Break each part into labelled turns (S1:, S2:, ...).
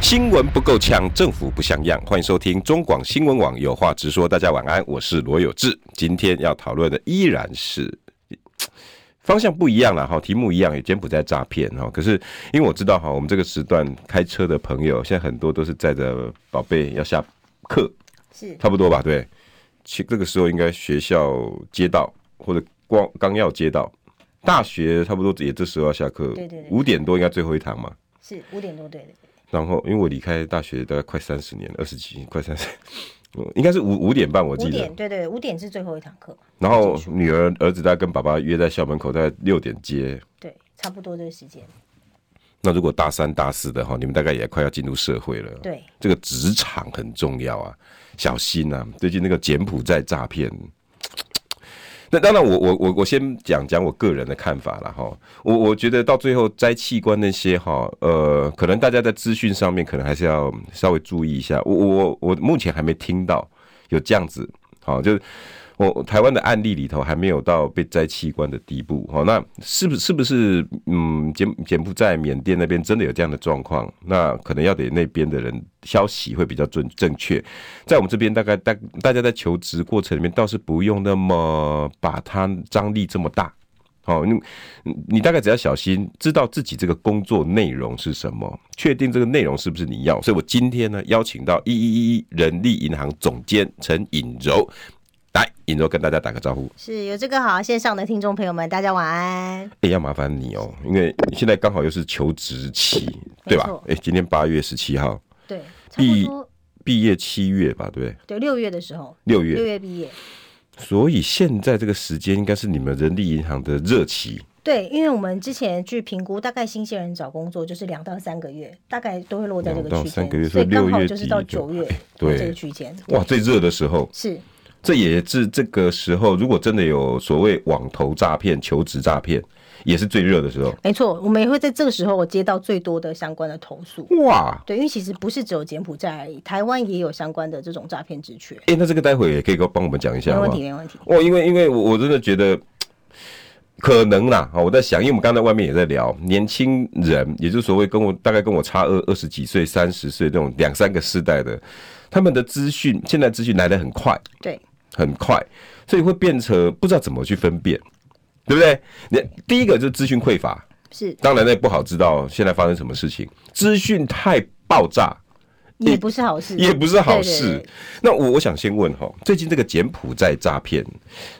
S1: 新闻不够呛，政府不像样。欢迎收听中广新闻网，有话直说。大家晚安，我是罗有志。今天要讨论的依然是方向不一样了哈，题目一样，有柬埔寨诈骗 哈。可是因为我知道哈，我们这个时段开车的朋友，现在很多都是载着宝贝要下课，
S2: 是
S1: 差不多吧？对，其这个时候应该学校街道或者光刚要街道，大学差不多也这时候要下课
S2: 对对对，
S1: 五点多应该最后一堂嘛。
S2: 是五点多对的，
S1: 然后因为我离开大学大概快三十年了，二十几，快三十， 我应该是五五点半我
S2: 五
S1: 记得
S2: 点。对对，五点是最后一堂课，
S1: 然后女儿儿子大概跟爸爸约在校门口，大概六点接。
S2: 对，差不多这个时间，
S1: 嗯那如果大三大四的哈，你们大概也快要进入社会了。
S2: 对，
S1: 这个职场很重要啊，小心啊！最近那个柬埔寨诈骗，那当然我我我我先讲讲我个人的看法了哈。我我觉得到最后摘器官那些哈，呃，可能大家在资讯上面可能还是要稍微注意一下。我我我目前还没听到有这样子，好，就是我台湾的案例里头还没有到被摘器官的地步，好，那是不是不是嗯柬柬埔寨、缅甸那边真的有这样的状况？那可能要给那边的人消息会比较准正确。在我们这边，大概大大家在求职过程里面倒是不用那么把它张力这么大，好，你你大概只要小心，知道自己这个工作内容是什么，确定这个内容是不是你要。所以我今天呢，邀请到一一一人力银行总监陈颖柔来，颖柔跟大家打个招呼。
S2: 是有这个好线上的听众朋友们，大家晚安，
S1: 哎、要麻烦你哦，因为你现在刚好又是求职期，对吧
S2: 没错？
S1: 哎、今天八月十七号，
S2: 对，差
S1: 毕
S2: 不多
S1: 毕业七月吧，对不对，
S2: 对六月的时候，
S1: 六月
S2: 六月毕业，
S1: 所以现在这个时间应该是你们人力银行的热期。
S2: 对，因为我们之前去评估，大概新鲜人找工作就是两到三个月，大概都会落在这个
S1: 两到
S2: 区
S1: 三个月
S2: 间，所以
S1: 所以六
S2: 刚好
S1: 月
S2: 就是
S1: 底
S2: 到
S1: 就哎
S2: 九月
S1: 对
S2: 这个区间，
S1: 哇，最热的时候，
S2: 是
S1: 这也是这个时候，如果真的有所谓网投诈骗、求职诈骗，也是最热的时候。
S2: 没错，我们也会在这个时候我接到最多的相关的投诉。
S1: 哇，
S2: 对，因为其实不是只有柬埔寨而已，台湾也有相关的这种诈骗职缺。
S1: 哎、那这个待会也可以给我帮我们讲一下
S2: 没
S1: 好
S2: 问
S1: 不好
S2: 题，？没问题。
S1: 哦，因为因为我我真的觉得。可能啦，哦，我在想，因为我们刚才外面也在聊，年轻人，也就是所谓跟我大概跟我差二二十几岁、三十岁这种两三个世代的，他们的资讯现在资讯来得很快，
S2: 对，
S1: 很快，所以会变成不知道怎么去分辨，对不对？你第一个就是资讯匮乏，
S2: 是
S1: 当然那不好知道现在发生什么事情，资讯太爆炸
S2: 也不是好事，
S1: 也不是好事。
S2: 对对对
S1: 那我我想先问哈，最近这个柬埔寨诈骗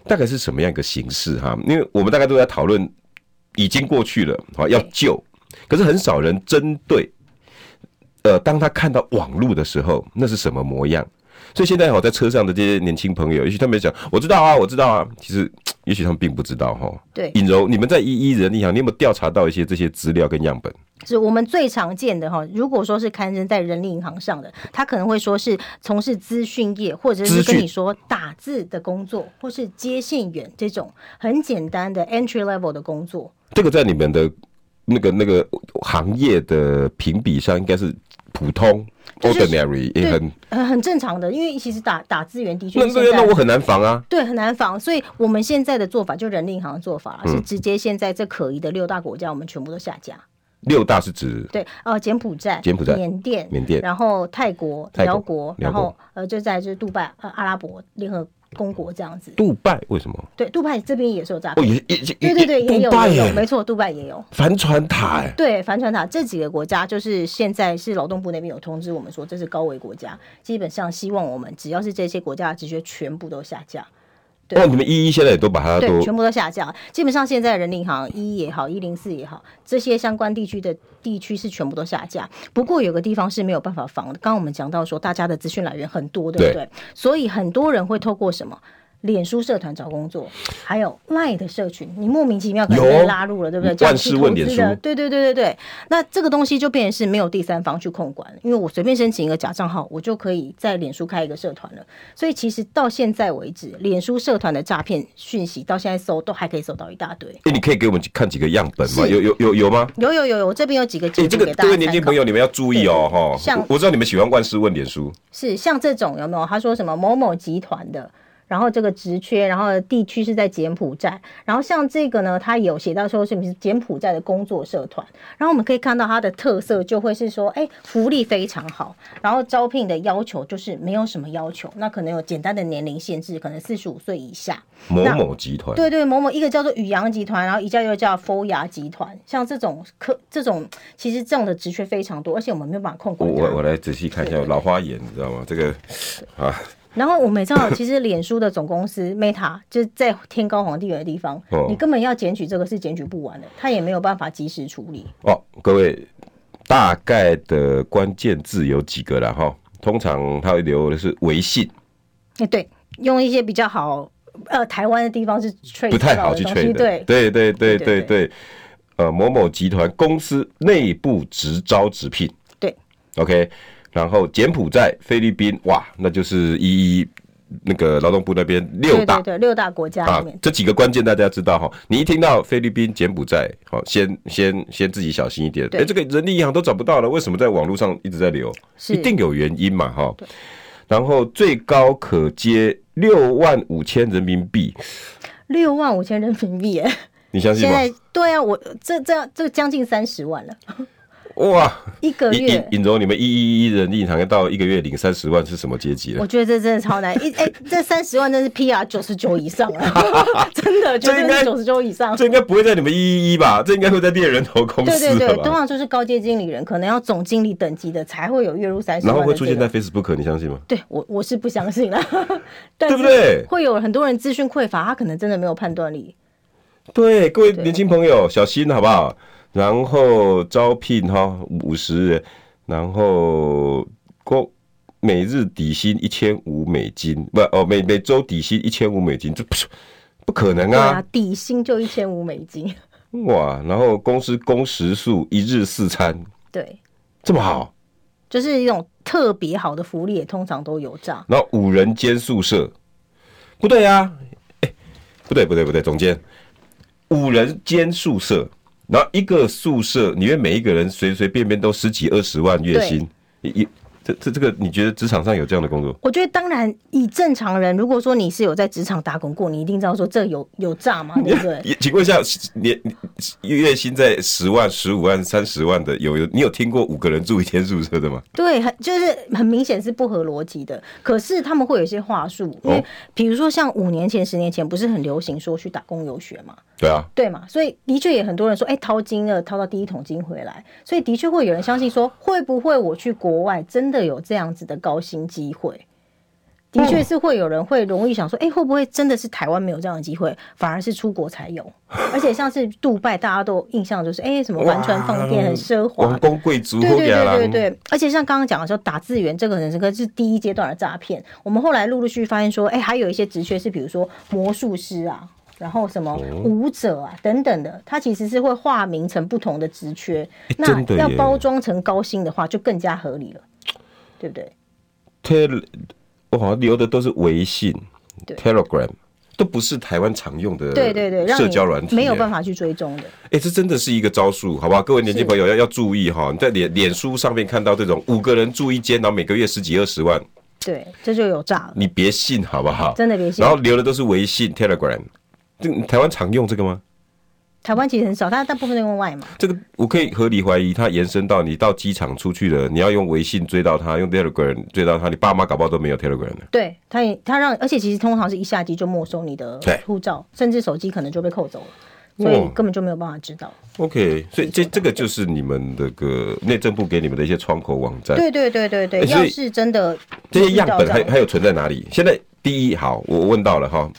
S1: 大概是什么样一个形式哈？因为我们大概都在讨论已经过去了，好要救，可是很少人针对。呃，当他看到网络的时候，那是什么模样？所以现在我在车上的这些年轻朋友，也许他们也讲我知道啊，我知道啊，其实也许他们并不知道哈。
S2: 对
S1: 尹柔，你们在一一人银行，你有没有调查到一些这些资料跟样本？
S2: 是我们最常见的哈。如果说是刊登在人力银行上的，他可能会说是从事资讯业，或者
S1: 资
S2: 是
S1: 讯
S2: 跟你说打字的工作，或是接线员这种很简单的 entry level 的工作。
S1: 这个在你们的那个那个行业的评比上，应该是普通、
S2: 就是
S1: ordinary，也很
S2: 呃，很正常的，因为其实打打字员的确
S1: 那
S2: 现
S1: 那
S2: 在
S1: 那我很难防啊。
S2: 对，很难防，所以我们现在的做法，就人力银行的做法啦，
S1: 嗯
S2: 是直接现在这可疑的六大国家，我们全部都下架。
S1: 六大是指
S2: 对，呃，柬埔寨、
S1: 柬埔寨
S2: 缅甸、
S1: 缅甸
S2: 然后泰国、
S1: 泰国
S2: 辽国，
S1: 辽
S2: 然
S1: 国
S2: 后呃，就在就是杜拜、呃，阿拉伯联合公国这样子。
S1: 杜拜，为什么？
S2: 对，杜拜这边也是有诈
S1: 哦，
S2: 骗，
S1: 也也也
S2: 啊对对对，也
S1: 杜
S2: 有
S1: 拜
S2: 也有，
S1: 耶，
S2: 没错，杜拜也有。
S1: 帆船塔哎，
S2: 对，帆船塔这几个国家，就是现在是劳动部那边有通知我们说，这是高危国家，基本上希望我们只要是这些国家的职缺，全部都下架。对
S1: 哦，你们一一现在也都把它
S2: 对，
S1: 都
S2: 全部都下架。基本上现在人力银行一也好，一零四也好，这些相关地区的地区是全部都下架。不过有个地方是没有办法防的，刚刚我们讲到说，大家的资讯来源很多，对不
S1: 对
S2: 对？所以很多人会透过什么？脸书社团找工作，还有赖的社群，你莫名其妙可能被
S1: 有
S2: 拉入了，对不对？
S1: 嗯
S2: 这样
S1: 万
S2: 去
S1: 事
S2: 投
S1: 问
S2: 资
S1: 脸
S2: 的
S1: 书
S2: 对对对对对。那这个东西就变成是没有第三方去控管，因为我随便申请一个假账号，我就可以在脸书开一个社团了。所以其实到现在为止，脸书社团的诈骗讯息到现在搜都还可以搜到一大堆。
S1: 哎，你可以给我们看几个样本吗？
S2: 是
S1: 有有有有吗？
S2: 有有有有，我这边有几个
S1: 哎、
S2: 截
S1: 这
S2: 图
S1: 个
S2: 给大
S1: 各
S2: 家
S1: 位年轻
S2: 参考
S1: 朋。友，你们要注意哦，
S2: 对
S1: 哈
S2: 像。
S1: 我我知道你们喜欢万事问脸书，
S2: 是像这种有没有？他说什么某某集团的，然后这个职缺，然后地区是在柬埔寨，然后像这个呢，他有写到说是不是柬埔寨的工作社团，然后我们可以看到它的特色就会是说，哎，福利非常好，然后招聘的要求就是没有什么要求，那可能有简单的年龄限制，可能四十五岁以下，
S1: 某
S2: 那
S1: 某集团。
S2: 对对，某某一个叫做宇阳集团，然后一家又叫 f o y a 集团，像这种科这种其实这种的职缺非常多，而且我们没有办法控
S1: 我
S2: 管它
S1: 我。我来仔细看一下老花眼，你知道吗？这个啊，
S2: 然后我们也知道，其实脸书的总公司 Meta 就是在天高皇帝远的地方，
S1: 哦
S2: 你根本要检举这个是检举不完的，他也没有办法及时处理。
S1: 哦，各位，大概的关键字有几个了哈？通常他会留的是微信，
S2: 哎，对，用一些比较好，呃，台湾的地方是 trace
S1: 不太
S2: 到
S1: 好
S2: 的
S1: 去
S2: 东
S1: 吹
S2: 西，
S1: 的
S2: 对。，
S1: 对对对
S2: 对对
S1: 对对，呃，某某集团公司内部直招直聘，
S2: 对
S1: ，OK，然后柬埔寨、菲律宾，哇，那就是一一那个劳动部那边六
S2: 对
S1: 大
S2: 对对，六大国家
S1: 啊
S2: 里面，，
S1: 这几个关键大家知道哈。你一听到菲律宾、柬埔寨，好，先先先自己小心一点。
S2: 对
S1: 哎，这个人力银行都找不到了，为什么在网络上一直在流？
S2: 是
S1: 一定有原因嘛，哈。然后最高可接六万五千人民币，
S2: 六万五千人民币耶！
S1: 你相信
S2: 现
S1: 吗？
S2: 在对啊，我这这这将近三十万了，
S1: 哇！
S2: 一个
S1: 尹尹
S2: 月。
S1: 尹柔，你们一一一人力银行到一个月领三十万是什么阶级了
S2: 我？觉得这真的超难，一哎、这三十万真是 PR 九十九以 上了，真的绝
S1: 这应
S2: 对
S1: 该
S2: 是九十九以上。
S1: 这应该不会在你们一一一吧？这应该会在猎人头公
S2: 对
S1: 司
S2: 对对
S1: 了，
S2: 通
S1: 吧？
S2: 常就是高阶经理人，可能要总经理等级的才会有月入三十
S1: 然
S2: 万、的
S1: 后会出
S2: 这
S1: 现
S2: 个
S1: 在 Facebook，你相信吗？
S2: 对我我是不相信啦， 但
S1: 对
S2: 是
S1: 不对
S2: 会有很多人资讯匮乏，他可能真的没有判断力。
S1: 对，各位
S2: 对
S1: 年轻朋友，小心好不好？然后招聘哈五十人，然后过每日底薪一千五美金，不哦每每周底薪一千五美金，这不不可能
S2: 对
S1: 啊
S2: 啊！，底薪就一千五美金，
S1: 哇！然后公司工时数一日四餐，
S2: 对，
S1: 这么好，
S2: 就是一种特别好的福利，也通常都有诈。
S1: 然后五人间宿舍，不对啊，哎、不对不对不对，总监，五人间宿舍，然后一个宿舍里面每一个人随随便便都十几二十万月薪，一一这这这个，你觉得职场上有这样的工作？
S2: 我觉得，当然，以正常人，如果说你是有在职场打工过，你一定知道说这有有诈嘛，对不 对？
S1: 也请问一下，年月薪在十万、十五万、三十万的，有有你有听过五个人住一间宿舍的吗？
S2: 对，很就是很明显是不合逻辑的。可是他们会有一些话术，因为
S1: 哦
S2: 比如说像五年前、十年前不是很流行说去打工游学嘛，
S1: 对啊，
S2: 对嘛？所以的确也很多人说，哎，掏金了，掏到第一桶金回来，所以的确会有人相信说，会不会我去国外真的有这样子的高薪机会？的确是会有人会容易想说，哎、会不会真的是台湾没有这样的机会，反而是出国才有？而且像是杜拜，大家都印象就是，哎、什么帆船放电很奢华
S1: 王，公贵族，
S2: 对对
S1: 好
S2: 对对
S1: 野人，
S2: 对，而且像刚刚讲的时候，打字员这个人这个是第一阶段的诈骗。我们后来陆陆续续发现说，哎，还有一些职缺是，比如说魔术师啊，然后什么
S1: 哦
S2: 舞者啊等等的，他其实是会化名成不同的职缺。那
S1: 哎真的
S2: 要
S1: 耶
S2: 包装成高薪的话，就更加合理了，对不对？
S1: t 我哦好像留的都是微信、
S2: 对
S1: Telegram，都不是台湾常用的
S2: 对对对，让
S1: 呃社
S2: 你
S1: 交软体，
S2: 没有办
S1: 法。
S2: 法去追踪的。
S1: 哎，这真的是一个招数，好不好？各位年轻朋友要要注意哈，你在脸脸书上面看到这种五个人住一间，然后每个月十几二十万，
S2: 对，这就有诈了，
S1: 你别信好不好？
S2: 真的别信
S1: 然。后留的都是微信、Telegram，这台湾常用这个吗？
S2: 台湾其实很少，大家大部分都用外嘛。
S1: 这个我可以合理怀疑，它延伸到你到机场出去了，你要用微信追到他，用 Telegram 追到他，你爸妈搞不好都没有 Telegram 呢。
S2: 对，他也他让，而且其实通常是一下机就没收你的
S1: 对
S2: 护照，甚至手机可能就被扣走了，所以
S1: 哦
S2: 根本就没有办法知道。
S1: OK，所以这这个就是你们这个内政部给你们的一些窗口网站，
S2: 对对对对对，
S1: 欸所
S2: 要
S1: 以
S2: 是真的
S1: 这些样本
S2: 遇到这
S1: 还
S2: 样
S1: 还有存在哪里？现在第一，好，我问到了哈，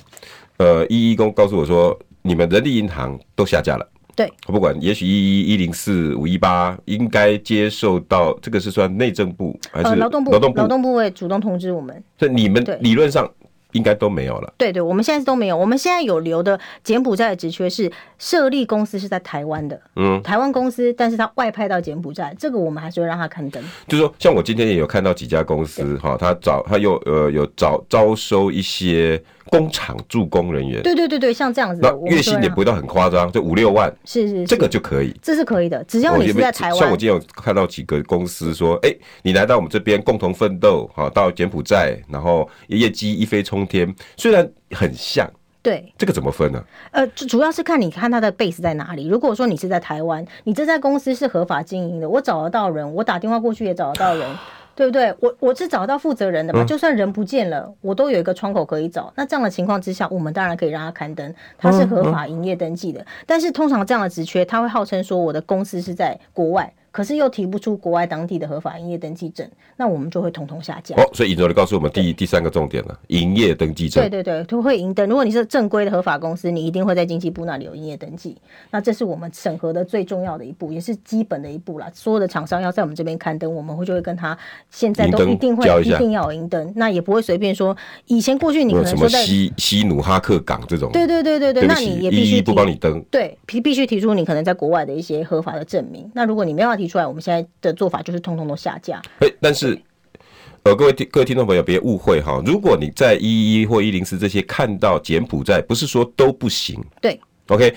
S1: 呃，一一公告诉我说，你们人力银行都下架了。
S2: 对，
S1: 我不管，也许一一一零四五一八应该接受到这个是算内政部还
S2: 呃
S1: 是
S2: 劳动部
S1: 劳动
S2: 劳
S1: 部？
S2: 动部会主动通知我们，
S1: 所以你们
S2: 对
S1: 理论上应该都没有了。
S2: 对对，我们现在都没有，我们现在有留的柬埔寨的职缺是设立公司是在台湾的，
S1: 嗯，
S2: 台湾公司，但是他外派到柬埔寨，这个我们还是会让他刊登。
S1: 就是说，像我今天也有看到几家公司哈，他找他又呃有找招收一些工厂助工人员，
S2: 对对对对，像这样子
S1: 那
S2: 的，我们
S1: 月
S2: 就会
S1: 薪也
S2: 让
S1: 不到很夸张，就五六万，
S2: 是是是
S1: 这个就可以。
S2: 这是可以的，只要
S1: 我
S2: 你
S1: 也
S2: 是
S1: 没
S2: 在台
S1: 像我
S2: 湾，
S1: 今天有看到几个公司说，哎、你来到我们这边共同奋斗，哈，到柬埔寨，然后业绩一飞冲天。虽然很像，
S2: 对，
S1: 这个怎么分呢、
S2: 呃，主主要是看你看他的 base 在哪里。如果说你是在台湾，你这家公司是合法经营的，我找得到人，我打电话过去也找得到人，对不对？我我是找到负责人的嘛，就算人不见了，我都有一个窗口可以找。那这样的情况之下，我们当然可以让他刊登，他是合法营业登记的。但是通常这样的职缺，他会号称说我的公司是在国外。可是又提不出国外当地的合法营业登记证，那我们就会统统下架。
S1: 哦，所以尹总你告诉我们第第三个重点了，营业登记证
S2: 对。对对，都会赢登。如果你是正规的合法公司，你一定会在经济部那里有营业登记。那这是我们审核的最重要的一步，也是基本的一步啦。所有的厂商要在我们这边刊登，我们会就会跟他现在都
S1: 营登
S2: 一定会
S1: 交一
S2: 一
S1: 下
S2: 定要有营登，那也不会随便说。以前过去你
S1: 没有
S2: 可能
S1: 什
S2: 说
S1: 么
S2: 在
S1: 西西努哈克港这种，
S2: 对对对对对，
S1: 对不
S2: 那
S1: 起
S2: 你也，必
S1: 一
S2: 须
S1: 一不
S2: 提
S1: 帮你登。
S2: 对，必必须提出你可能在国外的一些合法的证明。那如果你没办法提出来，我们现在的做法就是通通都下架。
S1: 哎、但是，呃，各位听各位听众朋友别误会哈，如果你在一一或一零四这些看到柬埔寨，不是说都不行
S2: 对，
S1: ，OK？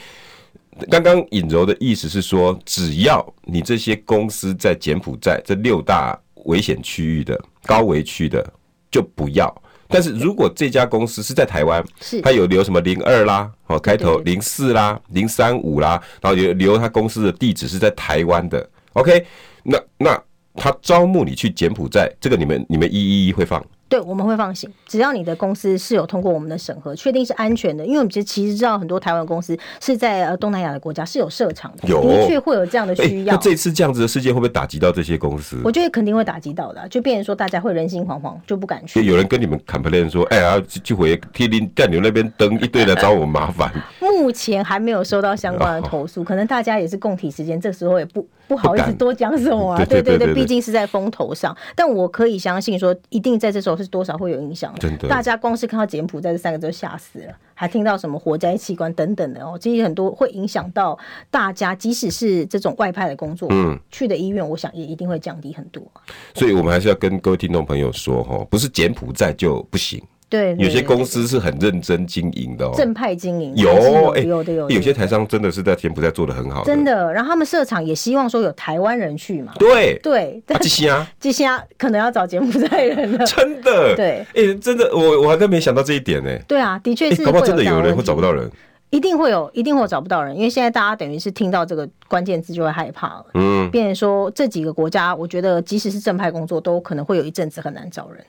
S1: 刚刚尹柔的意思是说，只要你这些公司在柬埔寨这六大危险区域的高危区的，就不要。但是如果这家公司是在台湾，
S2: 是
S1: 它有留什么零二啦，哦，开头
S2: 对
S1: 零四啦、零三五啦，然后有留它公司的地址是在台湾的，OK？那那他招募你去柬埔寨，这个你们你们一一一会放，
S2: 对，我们会放行，只要你的公司是有通过我们的审核，确定是安全的，因为我们其实其实知道很多台湾公司是在呃东南亚的国家是有设厂的，
S1: 有
S2: 的确会有这样的
S1: 哎、
S2: 需要。
S1: 那这次这样子的事件会不会打击到这些公司？
S2: 我觉得肯定会打击到的啊、就变成说大家会人心惶惶，就不敢
S1: 就
S2: 去。
S1: 有人跟你们 complain 说，哎、呀，去去回天林在你们那边登一堆来找我们麻 烦，
S2: 目前还没有收到相关的投诉，可能大家也是共体时间，这时候也不不好
S1: 哦不
S2: 意思
S1: 敢
S2: 多讲什么啊。
S1: 对对
S2: 对
S1: 对对对
S2: 毕竟是在风头上，但我可以相信说，一定在这时候是多少会有影响。
S1: 真的
S2: 大家光是看到柬埔寨这三个字就吓死了，还听到什么活摘器官等等的哦，其实很多会影响到大家，即使是这种外派的工作，嗯，去的医院，我想也一定会降低很多。啊
S1: 所以我们还是要跟各位听众朋友说，哈，不是柬埔寨就不行，
S2: 对，对
S1: 有些
S2: 对
S1: 公司是很认真经营的哦。
S2: 正派经营
S1: 有
S2: 还是有
S1: 哎、
S2: 的有的有的
S1: 有些台商真的是在柬埔寨做的很好的，
S2: 真的，然后他们设厂也希望说有台湾人去嘛，
S1: 对，
S2: 对，
S1: 啊
S2: 但
S1: 这些啊，
S2: 这些啊可能要找柬埔寨人了。
S1: 真的，
S2: 对，
S1: 哎、真的，我我还真没想到这一点呢、
S2: 对啊，的确
S1: 哎、
S2: 是
S1: 搞不好
S2: 会
S1: 真的
S2: 这样
S1: 有人会
S2: 问题
S1: 找不，到人，
S2: 一定会有，一定会有找不到人，因为现在大家等于是听到这个关键字就会害怕了。
S1: 嗯，
S2: 变成说这几个国家，我觉得即使是正派工作，都可能会有一阵子很难找人。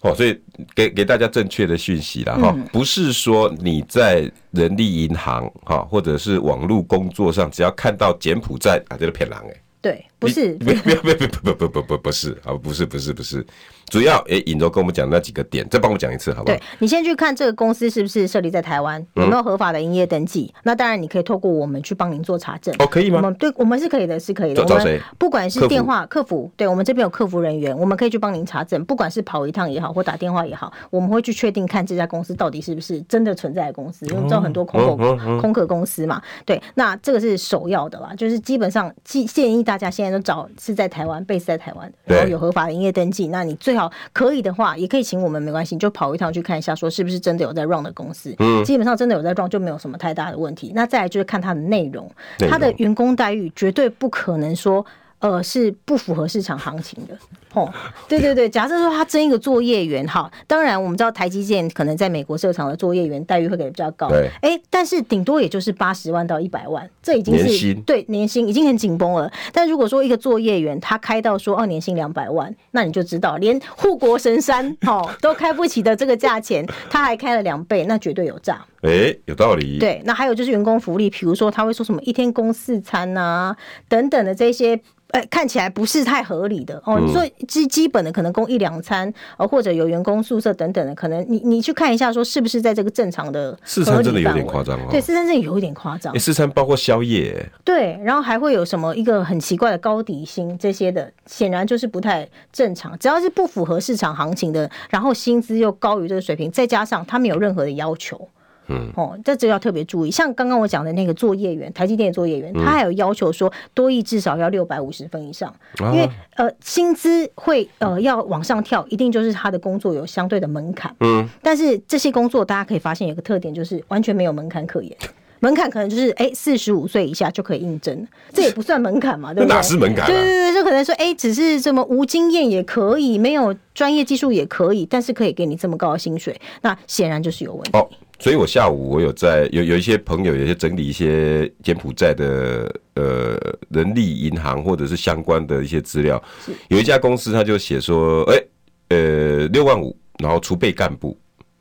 S1: 哦，所以给给大家正确的讯息啦，哈、
S2: 嗯
S1: 不是说你在人力银行哈，或者是网络工作上，只要看到柬埔寨啊，这个骗狼哎，
S2: 对，不是
S1: 不不不不不不不不不是啊，不是不是不是，主要哎，尹柔跟我们讲那几个点，再帮我们讲一次好不好
S2: 对？你先去看这个公司是不是设立在台湾，有没有合法的营业登记？那当然，你可以透过我们去帮您做查证。
S1: 哦，可以
S2: 我
S1: 吗？
S2: 们对我们是可以的，是可以的。
S1: 找
S2: 我
S1: 找谁
S2: 们不管
S1: 客
S2: 是
S1: 服
S2: 电话客服，对我们这边有客服人员，我们可以去帮您查证。不管是跑一趟也好，或打电话也好，我们会去确定看这家公司到底是不是真的存在的公司。因为我们知道很多空口、空壳公司嘛，对，那这个是首要的啦。就是基本上建建议大家现在都找是在台湾，base 在台湾的，然后
S1: 对
S2: 有合法的营业登记。那你最好可以的话，也可以请我们没关系，你就跑一趟去看一下，说是不是真的有在 run 的公司。嗯，基本上真的有在 run 就没有什么太大的问题。那再来就是看它的内容，
S1: 内容
S2: 它的员工待遇绝对不可能说。呃，是不符合市场行情的，哦，对对对。假设说他争一个作业员，好，当然我们知道台积电可能在美国设厂的作业员待遇会给的比较高，
S1: 对
S2: 哎，但是顶多也就是八十万到一百万，这已经是
S1: 年薪
S2: 对年薪已经很紧绷了。但如果说一个作业员他开到说哦年薪两百万，那你就知道连护国神山哦都开不起的这个价钱，他还开了两倍，那绝对有诈。
S1: 哎，有道理。
S2: 对，那还有就是员工福利，比如说他会说什么一天供四餐呐、等等的这些。呃，看起来不是太合理的哦。
S1: 嗯
S2: 你说基基本的可能供一两餐，呃，或者有员工宿舍等等的，可能你你去看一下，说是不是在这个正常的
S1: 四
S2: 合
S1: 餐
S2: 理
S1: 真的有
S2: 范
S1: 点
S2: 围
S1: 夸张哦
S2: 对，四餐真的有一点夸张
S1: 哎，。四餐包括宵夜耶，
S2: 对，然后还会有什么一个很奇怪的高底薪这些的，显然就是不太正常。只要是不符合市场行情的，然后薪资又高于这个水平，再加上他没有任何的要求。嗯，哦，这就要特别注意。像刚刚我讲的那个作业员，台积电的作业员，
S1: 嗯
S2: 他还有要求说多益至少要六百五十分以上，
S1: 啊
S2: 因为呃薪资会呃要往上跳，一定就是他的工作有相对的门槛。嗯，但是这些工作大家可以发现有个特点，就是完全没有门槛可言。门槛可能就是哎，四十五岁以下就可以应征，这也不算门槛嘛，
S1: 那
S2: 对不对？
S1: 哪是门槛
S2: 对
S1: 啊？
S2: 对对，就可能说，哎，只是这么无经验也可以，没有专业技术也可以，但是可以给你这么高的薪水，那显然就是有问题。
S1: 哦，所以我下午我有在有有一些朋友，有一些整理一些柬埔寨的呃人力银行或者是相关的一些资料，有一家公司他就写说，哎、呃六万五，然后储备干部，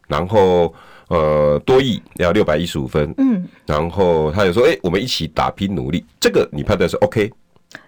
S1: 然后呃多亿要六百一十五分，嗯，然后他有说，哎、我们一起打拼努力，这个你判断是 OK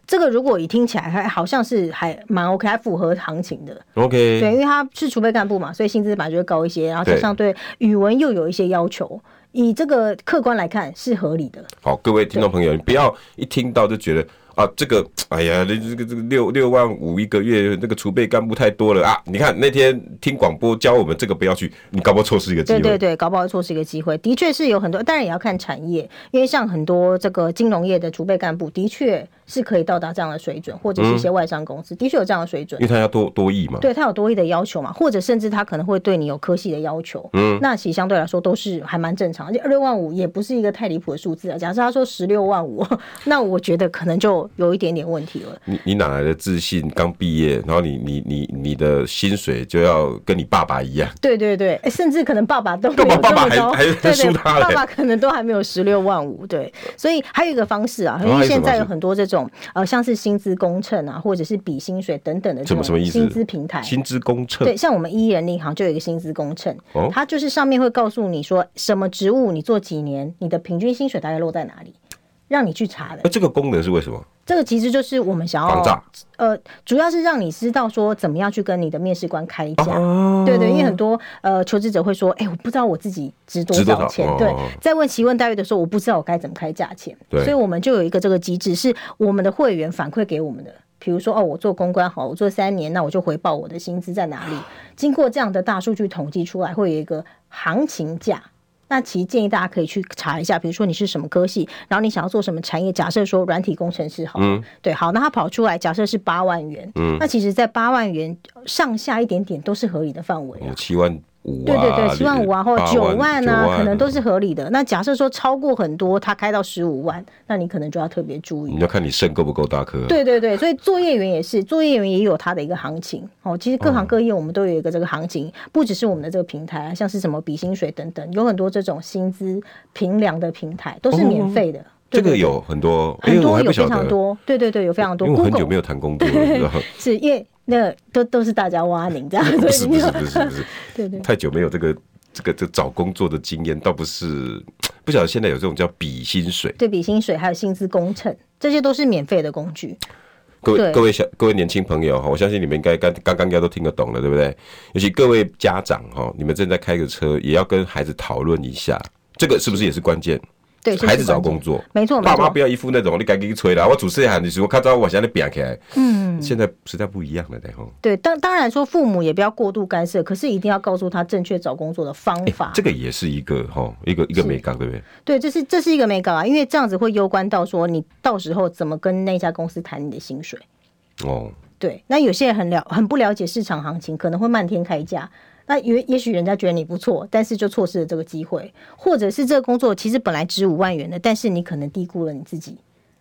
S2: 这个如果你听起来还好像是还蛮 OK，还符合行情的，
S1: 嗯 OK，
S2: 对，因为他是储备干部嘛，所以薪资本来就会高一些，然后加
S1: 对
S2: 上对语文又有一些要求，以这个客观来看是合理的。
S1: 好，各位听众朋友，你不要一听到就觉得啊，这个，哎呀，这这个这个六六万五一个月，那个储备干部太多了啊！你看那天听广播教我们这个不要去，你搞不好错失一个机
S2: 对
S1: 会。
S2: 对对，搞不好错是一个机会。的确是有很多，当然也要看产业，因为像很多这个金融业的储备干部，的确是可以到达这样的水准，或者是一
S1: 嗯
S2: 些外商公司，的确有这样的水准
S1: 因。为他要多多亿嘛。
S2: 对他有多亿的要求嘛，或者甚至他可能会对你有科系的要求，嗯，那其实相对来说都是还蛮正常，而且二六万五也不是一个太离谱的数字啊。假设他说十六万五， 那我觉得可能就有一点点问题了。
S1: 你你哪来的自信？刚毕业，然后你你你你的薪水就要跟你爸爸一样，
S2: 对对对，诶甚至可能爸爸都没
S1: 干嘛爸爸
S2: 有这么高，
S1: 还还
S2: 对
S1: 输
S2: 对，
S1: 他嘞
S2: 爸爸可能都还没有十六万 五，对，所以还有一个方式啊，因
S1: 哦还有
S2: 为
S1: 什么
S2: 现在有
S1: 方式
S2: 很多这种呃，像是薪资工秤啊，或者是比薪水等等的
S1: 什
S2: 这
S1: 么什么
S2: 种
S1: 意思？
S2: 薪资平台，
S1: 薪资公 秤。
S2: 哎对，像我们一人银行就有一个薪资工秤，
S1: 哦
S2: 它就是上面会告诉你说什么职务你做几年，你的平均薪水大概落在哪里，让你去查的
S1: 那。这个功能是为什么？
S2: 这个其实就是我们想
S1: 防诈
S2: 要，呃，主要是让你知道说怎么样去跟你的面试官开价。
S1: 哦
S2: 对对，因为很多呃求职者会说，哎，我不知道我自己值多
S1: 值多
S2: 少
S1: 少
S2: 钱。
S1: 哦
S2: 对，在问提问待遇的时候，我不知道我该怎么开价钱。
S1: 对
S2: 所以我们就有一个这个机制，是我们的会员反馈给我们的。比如说，哦，我做公关好，我做三年，那我就回报我的薪资在哪里。经过这样的大数据统计出来，会有一个行情价。那其实建议大家可以去查一下，比如说你是什么科系，然后你想要做什么产业。假设说软体工程师好了，对，好，那他跑出来假设是八万元，那其实在八万元上下一点点都是合理的范围啊。
S1: 有哦七万五
S2: 对
S1: 啊，
S2: 对对，七万五啊，或
S1: 嗯八
S2: 九万
S1: 九
S2: 啊，可能都是合理的。那假设说超过很多，他开到十五万，那你可能就要特别注意
S1: 你。要看你肾够不够大颗。啊
S2: 对对对，所以作业员也是，作业员也有他的一个行情哦。其实各行各业我们都有一个这个行情，不只是我们的这个平台啊，像是什么比薪水等等，有很多这种薪资评量的平台都是免费的。
S1: 这
S2: 对
S1: 个
S2: 对对
S1: 有很多，因
S2: 很
S1: 为我
S2: 多
S1: 还
S2: 有
S1: 不
S2: 非
S1: 晓
S2: 常
S1: 得。
S2: 多，对对啊对，有非常多。
S1: 因为我很久
S2: Google
S1: 没有谈工作了，你知道 吗
S2: 是因为那都都是大家挖你这样，
S1: 不
S2: 所以
S1: 是
S2: 你
S1: 不
S2: 就是
S1: 不是不是，
S2: 对对
S1: 太久没有这个这个这个找工作的经验，倒不是不晓得现在有这种叫比薪水。
S2: 对比薪水还有薪资工程，这些都是免费的工具。
S1: 各位
S2: 对
S1: 各位小各位年轻朋友哈，我相信你们应该刚刚刚应该都听得懂了，对不对？尤其各位家长哈，你们正在开个车，也要跟孩子讨论一下，这个是不是也是关键？
S2: 对，这是
S1: 孩子找
S2: 关键
S1: 工作，
S2: 没错没
S1: 爸妈
S2: 错
S1: 不。要一副那种你赶紧催啦，我主持人喊你说，我看到我现在扁起来，嗯，现在时代不一样了嘞吼。
S2: 对，当当然说父母也不要过度干涉，可是一定要告诉他正确找工作的方
S1: 哎、
S2: 法。
S1: 这个也是一个哈，一个一个美感，对不对？
S2: 对，这是这是一个美感啊，因为这样子会攸关到说你到时候怎么跟那家公司谈你的薪水。
S1: 哦，
S2: 对，那有些人很了很不了解市场行情，可能会漫天开价。那也也许人家觉得你不错，但是就错失了这个机会，或者是这个工作其实本来值五万元的，但是你可能低估了你自己，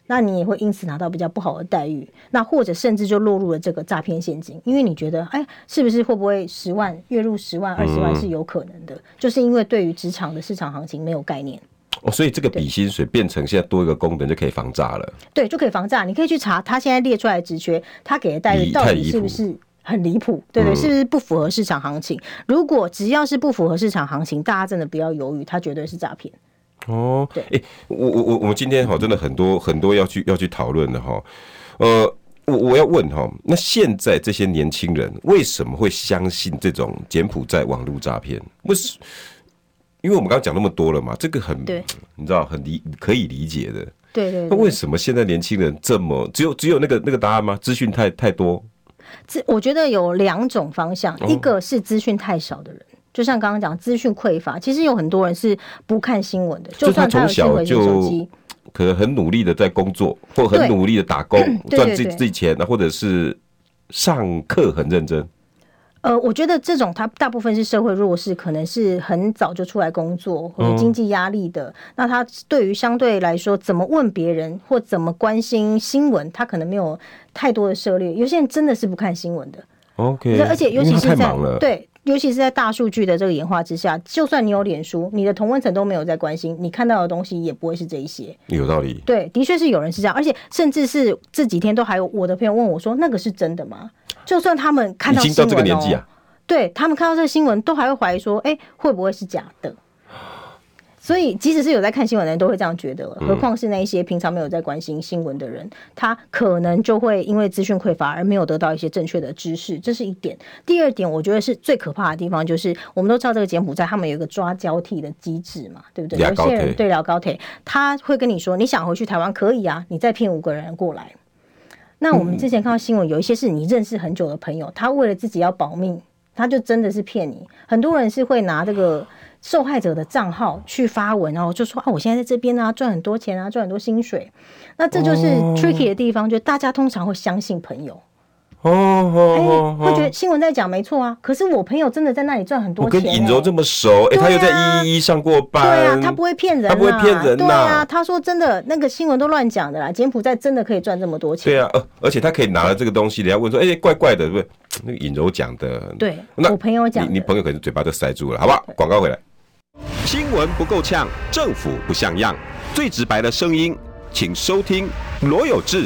S2: 那你也会因此拿到比较不好的待遇，那或者甚至就落入了这个诈骗陷阱，因为你觉得，哎，是不是会不会十万月入十万、二十万是有可能的，就是因为对于职场的市场行情没有概念。
S1: 哦，所以这个比薪水变成现在多一个功能就可以防诈了。
S2: 对，就可以防诈。你可以去查他现在列出来的职缺，他给的待遇
S1: 以
S2: 到
S1: 太
S2: 底
S1: 离
S2: 是
S1: 谱嗯
S2: 不是很离谱，对不对？是不是不符合市场行情？如果只要是不符合市场行情，大家真的不要犹豫，它绝对是诈骗。
S1: 哦，
S2: 对
S1: 哎、我我我我们今天哈真的很多很多要去要去讨论的哈，呃，我我要问哈，那现在这些年轻人为什么会相信这种柬埔寨网络诈骗？为什？因为我们刚刚讲那么多了嘛，这个很
S2: 对，
S1: 你知道很理可以理解的。
S2: 对对
S1: 那
S2: 对
S1: 为什么现在年轻人这么只有只有那个那个答案吗？资讯太太多，
S2: 资我觉得有两种方向，
S1: 哦
S2: 一个是资讯太少的人。就像刚刚讲，资讯匮乏，其实有很多人是不看新闻的，
S1: 就是
S2: 就
S1: 他
S2: 算他有
S1: 从小
S2: 智慧型手
S1: 就
S2: 机，
S1: 可能很努力的在工作，或很
S2: 对
S1: 努力的打工
S2: 对
S1: 赚
S2: 对
S1: 自己
S2: 对
S1: 自己钱，或者是上课很认真。
S2: 呃，我觉得这种他大部分是社会弱势，可能是很早就出来工作或者
S1: 嗯
S2: 经济压力的。那他对于相对来说，怎么问别人或怎么关心新闻，他可能没有太多的涉猎。有些人真的是不看新闻的，
S1: OK，
S2: 而且尤
S1: 嗯因
S2: 其
S1: 为
S2: 是
S1: 他太
S2: 在
S1: 忙了，
S2: 对，尤其是在大数据的这个演化之下，就算你有脸书，你的同温层都没有在关心，你看到的东西也不会是这一些。
S1: 有道理。
S2: 对，的确是有人是这样，而且甚至是这几天都还有我的朋友问我说，那个是真的吗？就算他们看
S1: 已
S2: 到
S1: 经
S2: 新
S1: 到
S2: 闻、
S1: 这
S2: 哦、
S1: 个年纪啊，
S2: 对他们看到这个新闻，都还会怀疑说，哎、会不会是假 的？所以，即使是有在看新闻的人，都会这样觉得，
S1: 嗯
S2: 何况是那一些平常没有在关心新闻的人，他可能就会因为资讯匮乏而没有得到一些正确的知识，这是一点。第二点，我觉得是最可怕的地方，就是我们都知道这个柬埔寨他们有一个抓交替的机制嘛，对不对？
S1: 俩
S2: 有
S1: 高
S2: 些人
S1: 铁
S2: 对聊高铁，他会跟你说，你想回去台湾可以啊，你再骗五个人过来。那我们之前看到新闻，有一些是你认识很久的朋友，他为了自己要保命，他就真的是骗你。很多人是会拿这个受害者的账号去发文，然后就说啊，我现在在这边啊，赚很多钱啊，赚很多薪水。那这就是 tricky 的地方，就大家通常会相信朋友，
S1: 哦
S2: 哎、
S1: 哦
S2: 会觉得新闻在讲没错啊，可是我朋友真的在那里赚很多
S1: 我
S2: 钱、
S1: 跟
S2: 欸。
S1: 尹柔这么熟，哎、
S2: 对啊
S1: 他又在一一一上过班，
S2: 对啊，他不会骗人、啊，
S1: 他不会骗人呐
S2: 对啊，他说真的，那个新闻都乱讲的啦，柬埔寨真的可以赚这么多钱。
S1: 对啊，呃，而且他可以拿了这个东西，人家问说，哎、怪怪的，对不对？那个尹柔讲的，
S2: 对
S1: 那
S2: 我朋友讲
S1: 你你
S2: 的
S1: 朋友可能嘴巴都塞住了，好不好？广告回来，
S3: 新闻不够呛，政府不像样，最直白的声音，请收听罗有志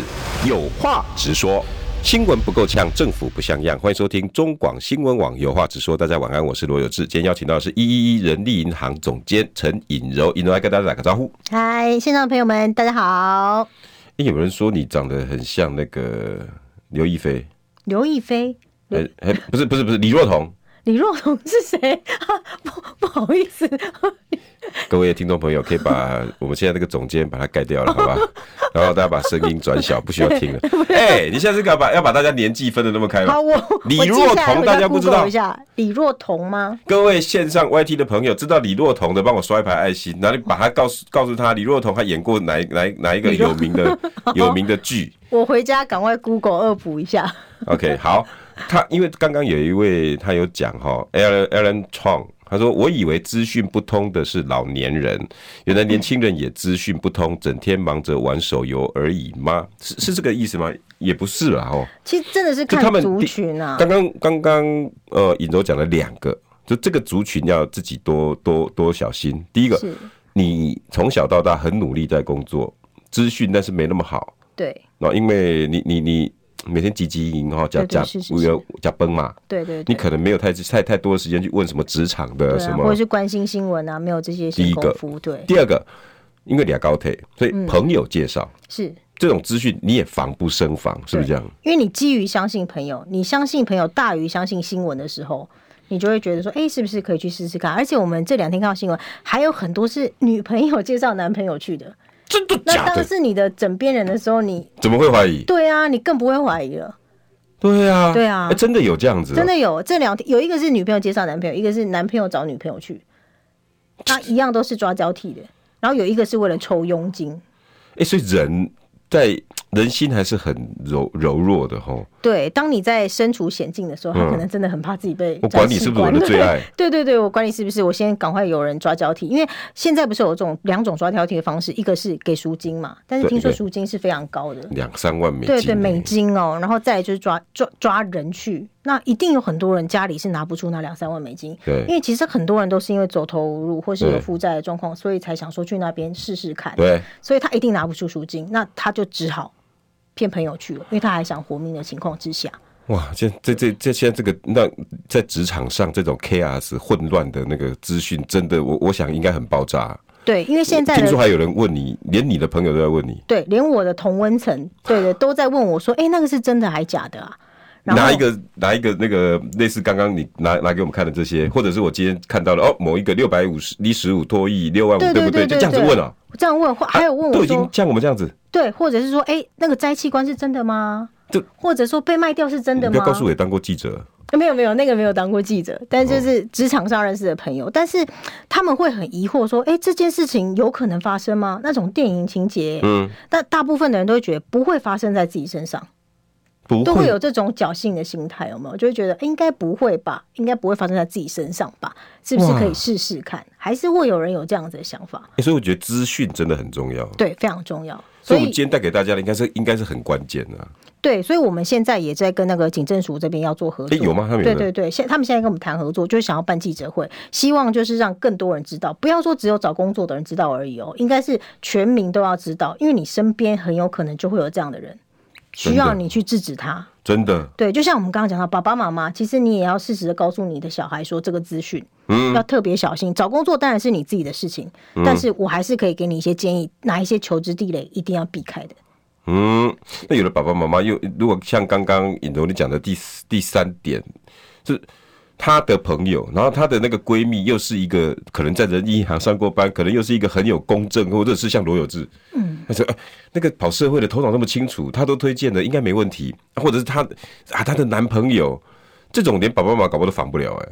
S3: 有话直说。
S1: 新闻不够呛，政府不像样，欢迎收听中广新闻网有话直说，大家晚安，我是罗有志，今天邀请到的是一一一人力银行总监陈尹柔，尹柔来跟大家打个招呼。
S2: 嗨，线上的朋友们，大家好。
S1: 哎、有人说你长得很像那个刘亦菲，
S2: 刘亦菲、
S1: 呃、哎不是不是不是李若彤。
S2: 李若彤是谁？ 啊不不好意思，
S1: 各位听众朋友，可以 把我们现在那个总监把它盖掉了，好吧？然后大家把声音转小，不需要 听了。哎、你下次干嘛要把大家年纪分的那么开吗
S2: 好，？我
S1: 李
S2: 我记
S1: 若
S2: 下来
S1: 彤
S2: 我
S1: 大
S2: 再
S1: 家不知道
S2: Google 一下李若彤吗？
S1: 各位线上 YT 的朋友，知道李若彤的，帮我刷一排爱心，然后你把他告诉告诉他，李若彤他演过哪一哪一哪一个
S2: 李若
S1: 有名 的有名的剧。
S2: 我回家赶快 Google 恶补一下。
S1: OK，好，他因为刚刚有一位他有讲哈，Alan Alan Chong，他说我以为资讯不通的是老年人，原来年轻人也资讯不通，整天忙着玩手游而已吗？是是这个意思吗？也不是啦哦，
S2: 其实真的是
S1: 就他
S2: 看
S1: 们
S2: 族
S1: 第
S2: 群啊，
S1: 刚刚刚刚呃，尹柔讲了两个，就这个族群要自己多多多小心。第一个
S2: 是，
S1: 你从小到大很努力在工作，资讯但是没那么好，
S2: 对
S1: 那因为你你你每天积极营哈，加
S2: 对对
S1: 加
S2: 是是
S1: 为了加崩嘛，
S2: 对对
S1: 你
S2: 对，
S1: 可能没有太太太多的时间去问什么职场的
S2: 对
S1: 什
S2: 啊，或
S1: 么
S2: 者。是关心新闻啊，没有这些
S1: 第
S2: 闲
S1: 一个
S2: 工夫，对，
S1: 第二个，因为俩高铁，所以
S2: 嗯
S1: 朋友介绍
S2: 是。
S1: 这种资讯你也防不胜防，是不是这样？
S2: 因为你基于相信朋友，你相信朋友大于相信新闻的时候，你就会觉得说，哎，是不是可以去试试看？而且我们这两天看到新闻，还有很多是女朋友介绍男朋友去的。
S1: 真的
S2: 那
S1: 假
S2: 当
S1: 的？
S2: 是你的枕边人的时候，你
S1: 怎么会怀疑？
S2: 对啊，你更不会怀疑了。
S1: 对啊，
S2: 对啊
S1: 哎真的有这样子哦，
S2: 真的有这两天，有一个是女朋友介绍男朋友，一个是男朋友找女朋友去，那一样都是抓交替的。然后有一个是为了抽佣金，
S1: 哎、所以人在人心还是很柔柔弱的吼。
S2: 对，当你在身处险境的时候，他
S1: 嗯
S2: 可能真的很怕自己被
S1: 我
S2: 暂
S1: 管你
S2: 时
S1: 是不是我的
S2: 关
S1: 最爱
S2: 对对对，我管你是不是，我先赶快有人抓交替，因为现在不是有这种两种抓交替的方式，一个是给赎金嘛，但是
S1: 对
S2: 听说
S1: 对
S2: 赎金是非常高的，
S1: 两三万美金、
S2: 对对，美金哦，然后再来就是抓抓抓人去，那一定有很多人家里是拿不出那两三万美金，
S1: 对
S2: 因为其实很多人都是因为走投无路或是
S1: 对
S2: 有负债的状况，所以才想说去那边试试看，
S1: 对，
S2: 所以他一定拿不出赎金，那他就只好骗朋友去了，因为他还想活命的情况之下，
S1: 哇，这这这这现在这个那在职场上这种 chaos 混乱的那个资讯，真的我我想应该很爆炸。啊
S2: 对，因为现在
S1: 听说
S2: 的
S1: 还有人问你，连你的朋友都在问你，
S2: 对，连我的同温层，对对，都在问我说，哎、那个是真的还假的啊？然后
S1: 拿一个拿一个那个类似刚刚你拿拿给我们看的这
S2: 嗯
S1: 些，或者是我今天看到了哦，某一个六百五十一十五脱亿六万五，
S2: 对
S1: 对不
S2: 对
S1: 对？就这样子问啊，，
S2: 这样问，或还有问
S1: 都
S2: 我
S1: 已经
S2: 说，
S1: 像我们这样子，
S2: 对，或者是说，哎、那个摘器官是真的吗
S1: 这？
S2: 或者说被卖掉是真
S1: 你
S2: 的
S1: 不
S2: 吗？
S1: 要告诉我也当过记者，
S2: 没有没有，那个没有当过记者，但
S1: 哦
S2: 就是职场上认识的朋友，但是他们会很疑惑说：“哎、这件事情有可能发生吗？”那种电影情节，嗯，但大部分的人都会觉得不会发生在自己身上，
S1: 不
S2: 都会
S1: 会
S2: 有这种侥幸的心态，有没有？就会觉得、诶应该不会吧，应该不会发生在自己身上吧？是不是
S1: 哇
S2: 可以试试看？还是会有人有这样子的想法？
S1: 所以我觉得资讯真的很重要。
S2: 对，非常重要。
S1: 所
S2: 所
S1: 以我们
S2: 以
S1: 今天带给大家的应该是应该是很关键的、啊。
S2: 对，所以我们现在也在跟那个警政署这边要做合作。
S1: 诶有吗他们有
S2: 对
S1: 在
S2: 对对，现他们现在跟我们谈合作，就是想要办记者会，希望就是让更多人知道，不要说只有找工作的人知道而已哦，应该是全民都要知道，因为你身边很有可能就会有这样的人，需
S1: 真
S2: 要
S1: 的
S2: 你去制止他。
S1: 真的，
S2: 对，就像我们刚刚讲到，爸爸妈妈，其实你也要适时的告诉你的小孩说这个资讯，嗯，要特别小心。找工作当然是你自己的事情，
S1: 嗯
S2: 但是我还是可以给你一些建议，哪一些求职地雷一定要避开的。
S1: 嗯，那有的爸爸妈妈又如果像刚刚尹柔你讲的第四第三点，是她的朋友，然后她的那个闺蜜又是一个可能在人力银行上过班，可能又是一个很有公正，或者是像罗有志，嗯，他说、哎那个跑社会的头脑那么清楚，他都推荐的，应该没问题，或者是她啊她的男朋友。这种连爸爸妈妈搞不好都防不了哎、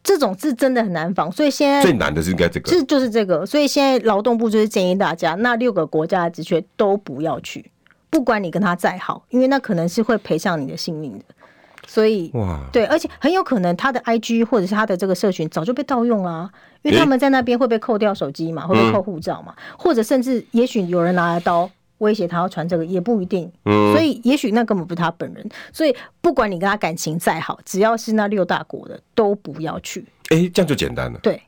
S2: 这种是真的很难防，所以现在
S1: 最难嗯的是应该这个，
S2: 这就是这个，所以现在劳动部就是建议大家，那六个国家的职缺都不要去，不管你跟他再好，因为那可能是会赔上你的性命的。所以，
S1: 哇
S2: 对，而且很有可能他的 IG 或者是他的这个社群早就被盗用啦、因为他们在那边会被扣掉手机嘛，会被
S1: 嗯
S2: 扣护照嘛，或者甚至也许有人拿了刀。威胁他要传这个也不一定，
S1: 嗯
S2: 所以也许那根本不是他本人。所以不管你跟他感情再好，只要是那六大国的都不要去。
S1: 哎、这样就简单了。
S2: 对，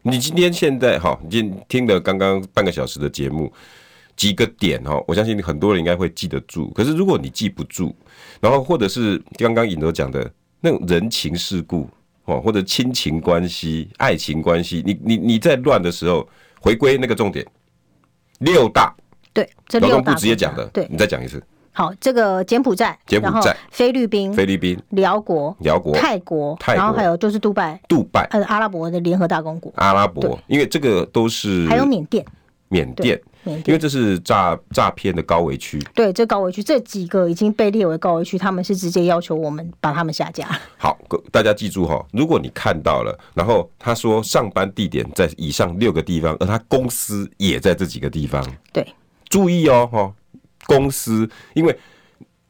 S1: 你今天现在哈，你今天听了刚刚半个小时的节目，几个点哈，我相信很多人应该会记得住。可是如果你记不住，然后或者是刚刚尹柔讲的那种人情世故哦，或者亲情关系、爱情关系，你你你在乱的时候，回归那个重点，六大
S2: 对，这
S1: 劳
S2: 六
S1: 动
S2: 大
S1: 部
S2: 国
S1: 直接
S2: 家
S1: 讲的，
S2: 对，
S1: 你再讲一次：
S2: 好，这个柬埔寨，
S1: 柬埔寨
S2: 然后菲律宾、
S1: 菲律宾、
S2: 辽国、
S1: 辽国、
S2: 泰国，
S1: 泰国
S2: 然后还有就是杜拜，
S1: 杜拜、
S2: 呃，阿拉伯的联合大公国，
S1: 阿拉伯，因为这个都是
S2: 还有缅甸，
S1: 缅甸，
S2: 缅
S1: 因
S2: 甸。
S1: 为这是诈诈骗的高危区。
S2: 对，这高危区这几个已经被列为高危区，他们是直接要求我们把他们下架。
S1: 好，各大家记住哈、如果你看到了，然后他说上班地点在以上六个地方，而他公司也在这几个地方，
S2: 对，
S1: 注意哦，哈、公司，因为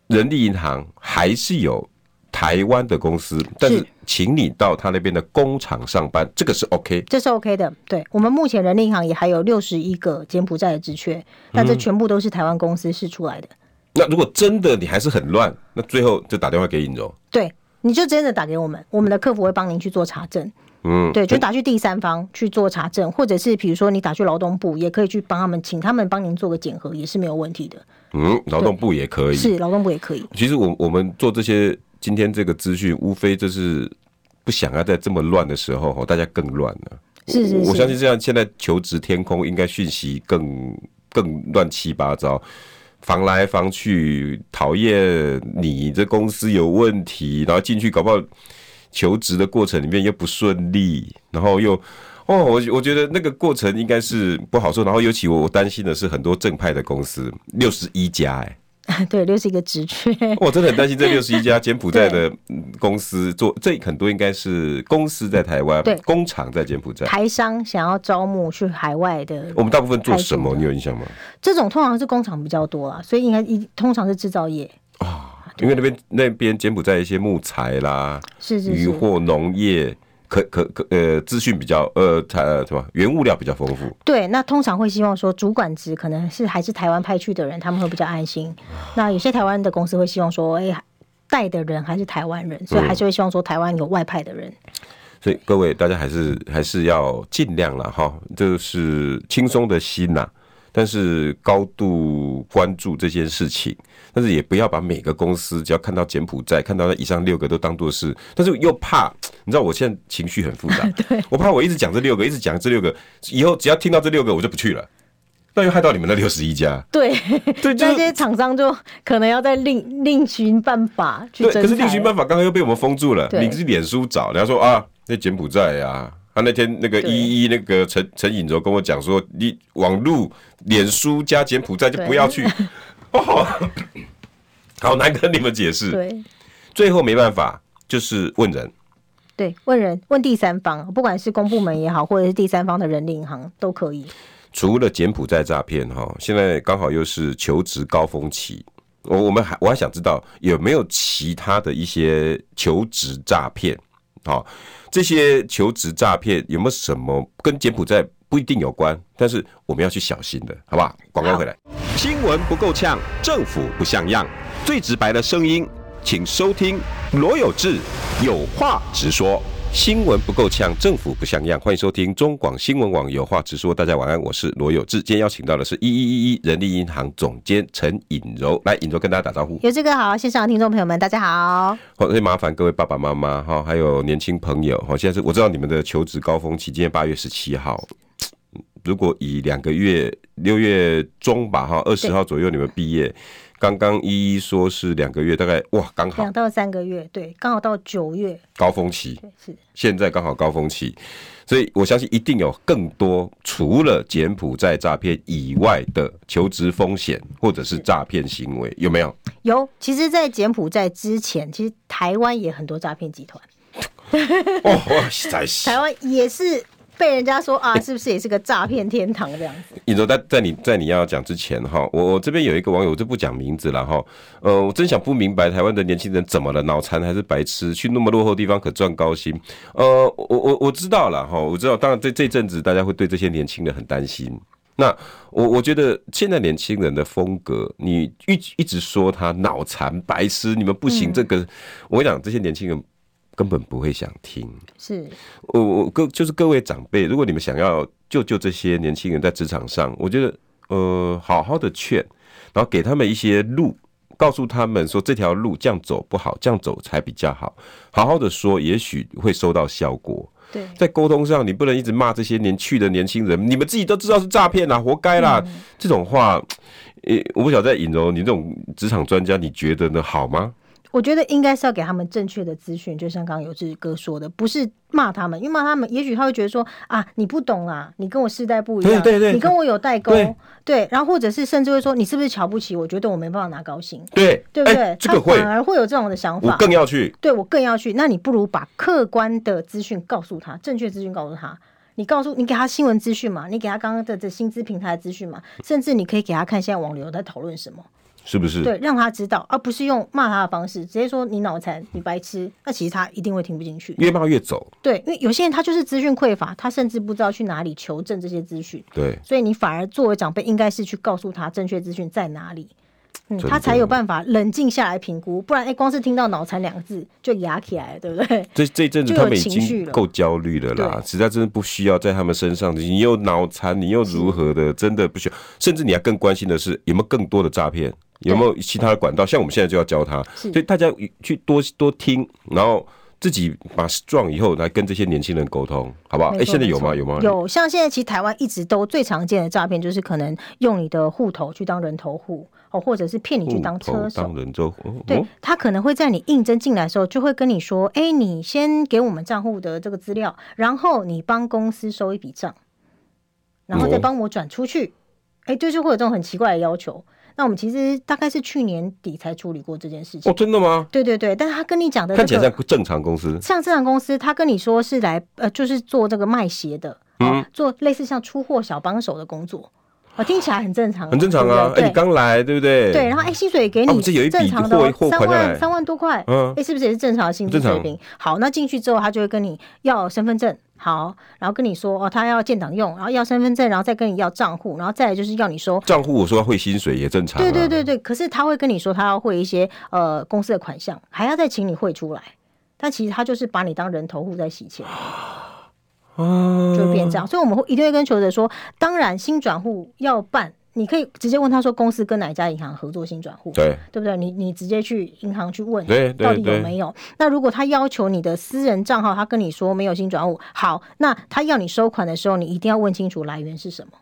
S1: 人力银行还是有台湾的公司，但是
S2: 是
S1: 请你到他那边的工厂上班，这个是 OK。
S2: 这是 OK 的。对我们目前人力银行也还有六十一个柬埔寨的职缺，但
S1: 嗯
S2: 这全部都是台湾公司试出来的。
S1: 那如果真的你还是很乱，那最后就打电话给尹柔，
S2: 对，你就真的打给我们，我们的客服会帮您去做查证。嗯，对，就打去第三方去做查证，或者是比如说你打去劳动部，也可以去帮他们，请他们帮您做个检核，也是没有问题的。
S1: 嗯，劳动部也可以，
S2: 是劳动部也可以，
S1: 其实我我们做这些今天这个资讯，无非就是不想要在这么乱的时候，吼大家更乱了。
S2: 是是
S1: 我我相
S2: 是，
S1: 信这样，现在求职天空应该讯息更更乱七八糟，防来防去，讨厌你这公司有问题，然后进去搞不好求职的过程里面又不顺利，然后又。哦，我我觉得那个过程应该是不好受，然后尤其我我担心的是很多正派的公司，六十一家哎、
S2: 对，六是一个职缺，
S1: 我真的很担 心这六十一家柬埔寨的嗯公司做，这很多应该是公司在台湾
S2: 对，
S1: 工厂在柬埔寨。
S2: 台商想要招募去海外的，
S1: 我们大部分做什
S2: 开
S1: 么？
S2: 除的
S1: 你有印象吗？
S2: 这种通常是工厂比较多啦，所以应该一通常是制造业，
S1: 因为那边那边柬埔寨一些木材啦、
S2: 是是
S1: 渔
S2: 是，
S1: 获、农业，可可可呃，资讯比较呃，它呃什么原物料比较丰富。
S2: 对，那通常会希望说，主管职可能是还是台湾派去的人，他们会比较安心。那有些台湾的公司会希望说，哎、带的人还是台湾人，所以还是会希望说台湾有外派的人。
S1: 所以各位大家还是还是要尽量了哈，就是轻松的心呐、但是高度关注这件事情，但是也不要把每个公司只要看到柬埔寨、看到那以上六个都当做是，但是又怕，你知道我现在情绪很复杂，我怕我一直讲这六个，一直讲这六个，以后只要听到这六个我就不去了，那又害到你们那六十一家。
S2: 对，
S1: 对，就
S2: 那
S1: 是
S2: 些厂商就可能要再另另寻办法去
S1: 对，
S2: 争
S1: 可是
S2: 财
S1: 另寻办法刚刚又被我们封住了。
S2: 对
S1: 你去脸书找，人家说啊，那柬埔寨啊，他那天那个
S2: 对
S1: 一一那个陈陈颖柔跟我讲说，你网路脸书加柬埔寨就不要 去，哦，好难跟你们解释。
S2: 对
S1: 最后没办法，就是问人。
S2: 对，问人问第三方，不管是公部门也好，或者是第三方的人力银行都可以。
S1: 除了柬埔寨诈骗哈，现在刚好又是求职高峰期，我我们还我还想知道有没有其他的一些求职诈骗？好、这些求职诈骗有没有什么跟柬埔寨不一定有关，但是我们要去小心的，好不好？广告回来。
S3: 新闻不够呛，政府不像样，最直白的声音，请收听罗有志有话直说。
S1: 新闻不够呛，政府不像样。欢迎收听中广新闻网有话直说。大家晚安，我是罗有志。今天邀请到的是一一一一人力银行总监陈颖柔，来，颖柔跟大家打招呼。
S2: 有这个好，线上的听众朋友们，大家好。
S1: 好，哦所以麻烦各位爸爸妈妈哈，还有年轻朋友哈，现在是我知道你们的求职高峰期，今天八月十七号，如果以两个月六月中吧哈，二十号左右你们毕业，刚刚依依说是两个月，大概哇刚好
S2: 两到三个月，对，刚好到九月，
S1: 高峰期，
S2: 对，是
S1: 现在刚好高峰期，所以我相信一定有更多除了柬埔寨诈骗以外的求职风险或者是诈骗行为，有没 有？
S2: 有。其实，在柬埔寨之前，其实台湾也很多诈 骗集团，
S1: 哦，哇塞！
S2: 台湾也是被人家说啊，是不是也是个诈骗天堂这样子？
S1: 你说在在你在你要讲之前哈，我我这边有一个网友，我就不讲名字了哈。呃，我真想不明白台湾的年轻人怎么了，脑残还是白痴，去那么落后地方可赚高薪。呃，我我我知道了哈，我知道，当然这这阵子大家会对这些年轻人很担心。那我我觉得现在年轻人的风格，你一直一直说他脑残白痴，你们不行，这个我跟你讲，这些年轻人根本不会想听。
S2: 是
S1: 我我各就是各位长辈，如果你们想要救救这些年轻人在职场上，我觉得呃，好好的劝，然后给他们一些路，告诉他们说这条路这样走不好，这样走才比较好，好好的说，也许会收到效果。
S2: 对，
S1: 在沟通上，你不能一直骂这些年去的年轻人，你们自己都知道是诈骗啦，活该啦，
S2: 嗯
S1: 这种话。诶、我不晓得在引柔，你这种职场专家，你觉得呢？好吗？
S2: 我觉得应该是要给他们正确的资讯，就像刚刚有志哥说的，不是骂他们，因为骂他们，也许他会觉得说啊，你不懂啊，你跟我世代不一样，
S1: 对对对
S2: 你跟我有代沟，
S1: 对
S2: 对然后或者是甚至会说你是不是瞧不起我，觉得我没办法拿高薪，
S1: 对，
S2: 对不对？
S1: 哎这个会
S2: 他，反而会有这种的想
S1: 我
S2: 法，
S1: 更要去。
S2: 对我更要去，那你不如把客观的资讯告诉他，正确资讯告诉他。你告诉你给他新闻资讯嘛，你给他刚刚的这薪资平台的资讯嘛，甚至你可以给他看现在网流在讨论什么。
S1: 是不是？
S2: 对，让他知道，而啊不是用骂他的方式，直接说你脑残、你白痴，那其实他一定会听不进去。
S1: 越骂越走。
S2: 对，因为有些人他就是资讯匮乏，他甚至不知道去哪里求证这些资讯，
S1: 对，
S2: 所以你反而作为长辈，应该是去告诉他正确资讯在哪里。嗯，
S1: 真
S2: 他才
S1: 的
S2: 有办法冷静下来评估，不然哎、光是听到“脑残”两个字就牙起来了，对不对？
S1: 这这一阵子
S2: 就有
S1: 他们已
S2: 情绪
S1: 经
S2: 了
S1: 够焦虑了啦，实在真的不需要在他们身上，你又脑残，你又如何的，
S2: 嗯
S1: 真的不需要。甚至你要更关心的是，有没有更多的诈骗，有没有其他的管道？像我们现在就要教他，
S2: 是
S1: 所以大家去多多听，然后自己把 strong 以后来跟这些年轻人沟通，好不好？哎，
S2: 没错
S1: 现在
S2: 没
S1: 有吗？
S2: 错
S1: 有吗？
S2: 有，像现在其实台湾一直都最常见的诈骗就是可能用你的户头去当人头户哦，或者是骗你去
S1: 户
S2: 当
S1: 头
S2: 车手
S1: 当。人头，哦
S2: 对
S1: 哦
S2: 他可能会在你应征进来的时候，就会跟你说：“哎，你先给我们账户的这个资料，然后你帮公司收一笔账，然后再
S1: 哦
S2: 帮我转出去。哎，就是会有这种很奇怪的要求。那我们其实大概是去年底才处理过这件事情。
S1: 哦，真的吗？
S2: 对对对，但是他跟你讲的、这
S1: 看
S2: 个
S1: 起来像正常公司，
S2: 像这样公司，他跟你说是来呃，就是做这个卖鞋的，哦
S1: 嗯
S2: 做类似像出货小帮手的工作，哦，听起来很正常啊，
S1: 很正常啊。哎，
S2: 对不
S1: 你
S2: 对
S1: 刚来，对不对？
S2: 对，然后哎，薪水也给
S1: 啊
S2: 你
S1: 我这有一笔
S2: 正常的
S1: 货
S2: 哦
S1: 货款
S2: 三
S1: 下来
S2: 万三万多块，
S1: 嗯
S2: 哎，是不是也是正常的薪资
S1: 正常
S2: 水平？好，那进去之后，他就会跟你要身份证，好，然后跟你说哦，他要建档用，然后要身份证，然后再跟你要账户，然后再来就是要你说。
S1: 账户我说会薪水也正常啊。
S2: 对对对对，可是他会跟你说他要汇一些呃公司的款项，还要再请你汇出来，但其实他就是把你当人头户在洗钱。
S1: 啊，
S2: 就会变这样。所以我们会一定会跟求职者说，当然新转户要办，你可以直接问他说公司跟哪一家银行合作新转户，
S1: 对
S2: 对不对？你你直接去银行去问
S1: 对，对
S2: 到底有
S1: 对
S2: 没有？那如果他要求你的私人账号，他跟你说没有新转户，好，那他要你收款的时候，你一定要问清楚来源是什么。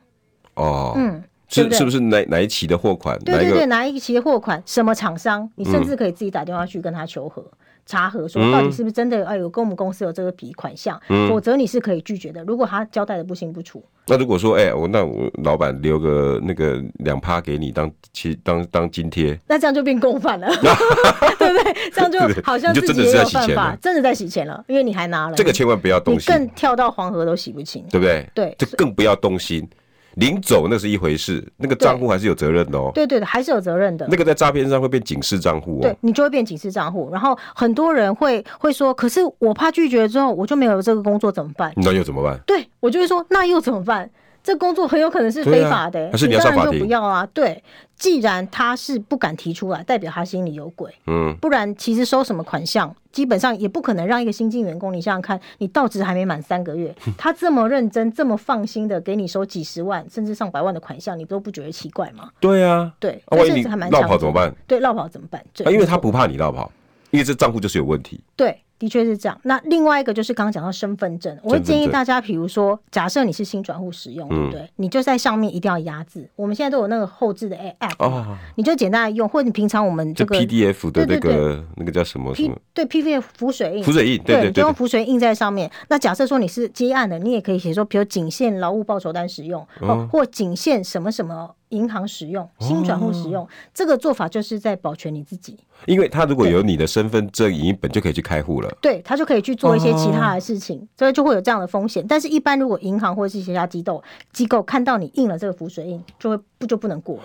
S1: 哦，嗯，
S2: 对
S1: 是
S2: 不对
S1: 是不是哪哪一期的货款？
S2: 对
S1: 哪一
S2: 对
S1: 个嗯
S2: 对，哪一期货款，什么厂商，你甚至可以自己打电话去跟他求和。查核说到底是不是真的有？哎，有跟我们公司有这个笔款项，
S1: 嗯
S2: 否则你是可以拒绝的。如果他交代的不清不楚，
S1: 那如果说，哎、我那我老板留个那个两趴给你当其当当津贴，
S2: 那这样就变共 犯了，对不对？这样就好像
S1: 你就
S2: 自己
S1: 真的
S2: 也
S1: 是在
S2: 有
S1: 洗
S2: 犯
S1: 钱
S2: 法
S1: 了，
S2: 真的在洗钱了，因为你还拿了
S1: 这个千万不要动
S2: 你
S1: 心，
S2: 更跳到黄河都洗不清。
S1: 对不对？
S2: 对
S1: 这更不要动心。领走那是一回事，那个账户还是有责任的哦。
S2: 对对的，还是有责任的。
S1: 那个在诈骗上会变警示账户
S2: 对
S1: 哦。
S2: 你就会变警示账户，然后很多人会会说，可是我怕拒绝之后我就没有这个工作怎么办？
S1: 那又怎么办？
S2: 对我就会说，那又怎么办？这工作很有可能是非法的、
S1: 对啊还是你要
S2: 当
S1: 上法
S2: 然就
S1: 庭
S2: 不要啊。对，既然他是不敢提出来，代表他心里有鬼。
S1: 嗯，
S2: 不然其实收什么款项，基本上也不可能让一个新进员工。你想想看，你到职还没满三个月，他这么认真、这么放心的给你收几十万甚至上百万的款项，你都不觉得奇怪吗？
S1: 对啊，
S2: 对，
S1: 啊万一
S2: 这
S1: 你
S2: 是还蛮
S1: 落
S2: 强
S1: 跑
S2: 制
S1: 怎么办？
S2: 对，落跑怎么办？对
S1: 啊因为他不怕你落跑，因为这账户就是有问题。
S2: 对，的确是这样。那另外一个就是刚刚讲到身份证，嗯我会建议大家，比如说，假设你是新转户使用，对不对？你就在上面一定要压字。我们现在都有那个后置的 app，、
S1: 哦
S2: 你就简单的用，或者你平常我们
S1: 这
S2: 这个
S1: PDF 的
S2: 对
S1: 那
S2: 对
S1: 个那个叫什么什
S2: P
S1: 么
S2: 对 PV 嗯浮水印，
S1: 浮水印？对
S2: 对，
S1: 对
S2: 你就
S1: 对
S2: 用浮水印在上面。那假设说你是接案的，你也可以写说，比如仅限劳务报酬单使用，哦，或仅限什么什么银行使用、新转户使用。这个做法就是在保全你自己，
S1: 因为他如果有你的身份证、影印本，就可以去开户了。
S2: 对他就可以去做一些其他的事情，所以就会有这样的风险。但是，一般如果银行或是其他机构机构看到你印了这个浮水印，就会不就不能过了。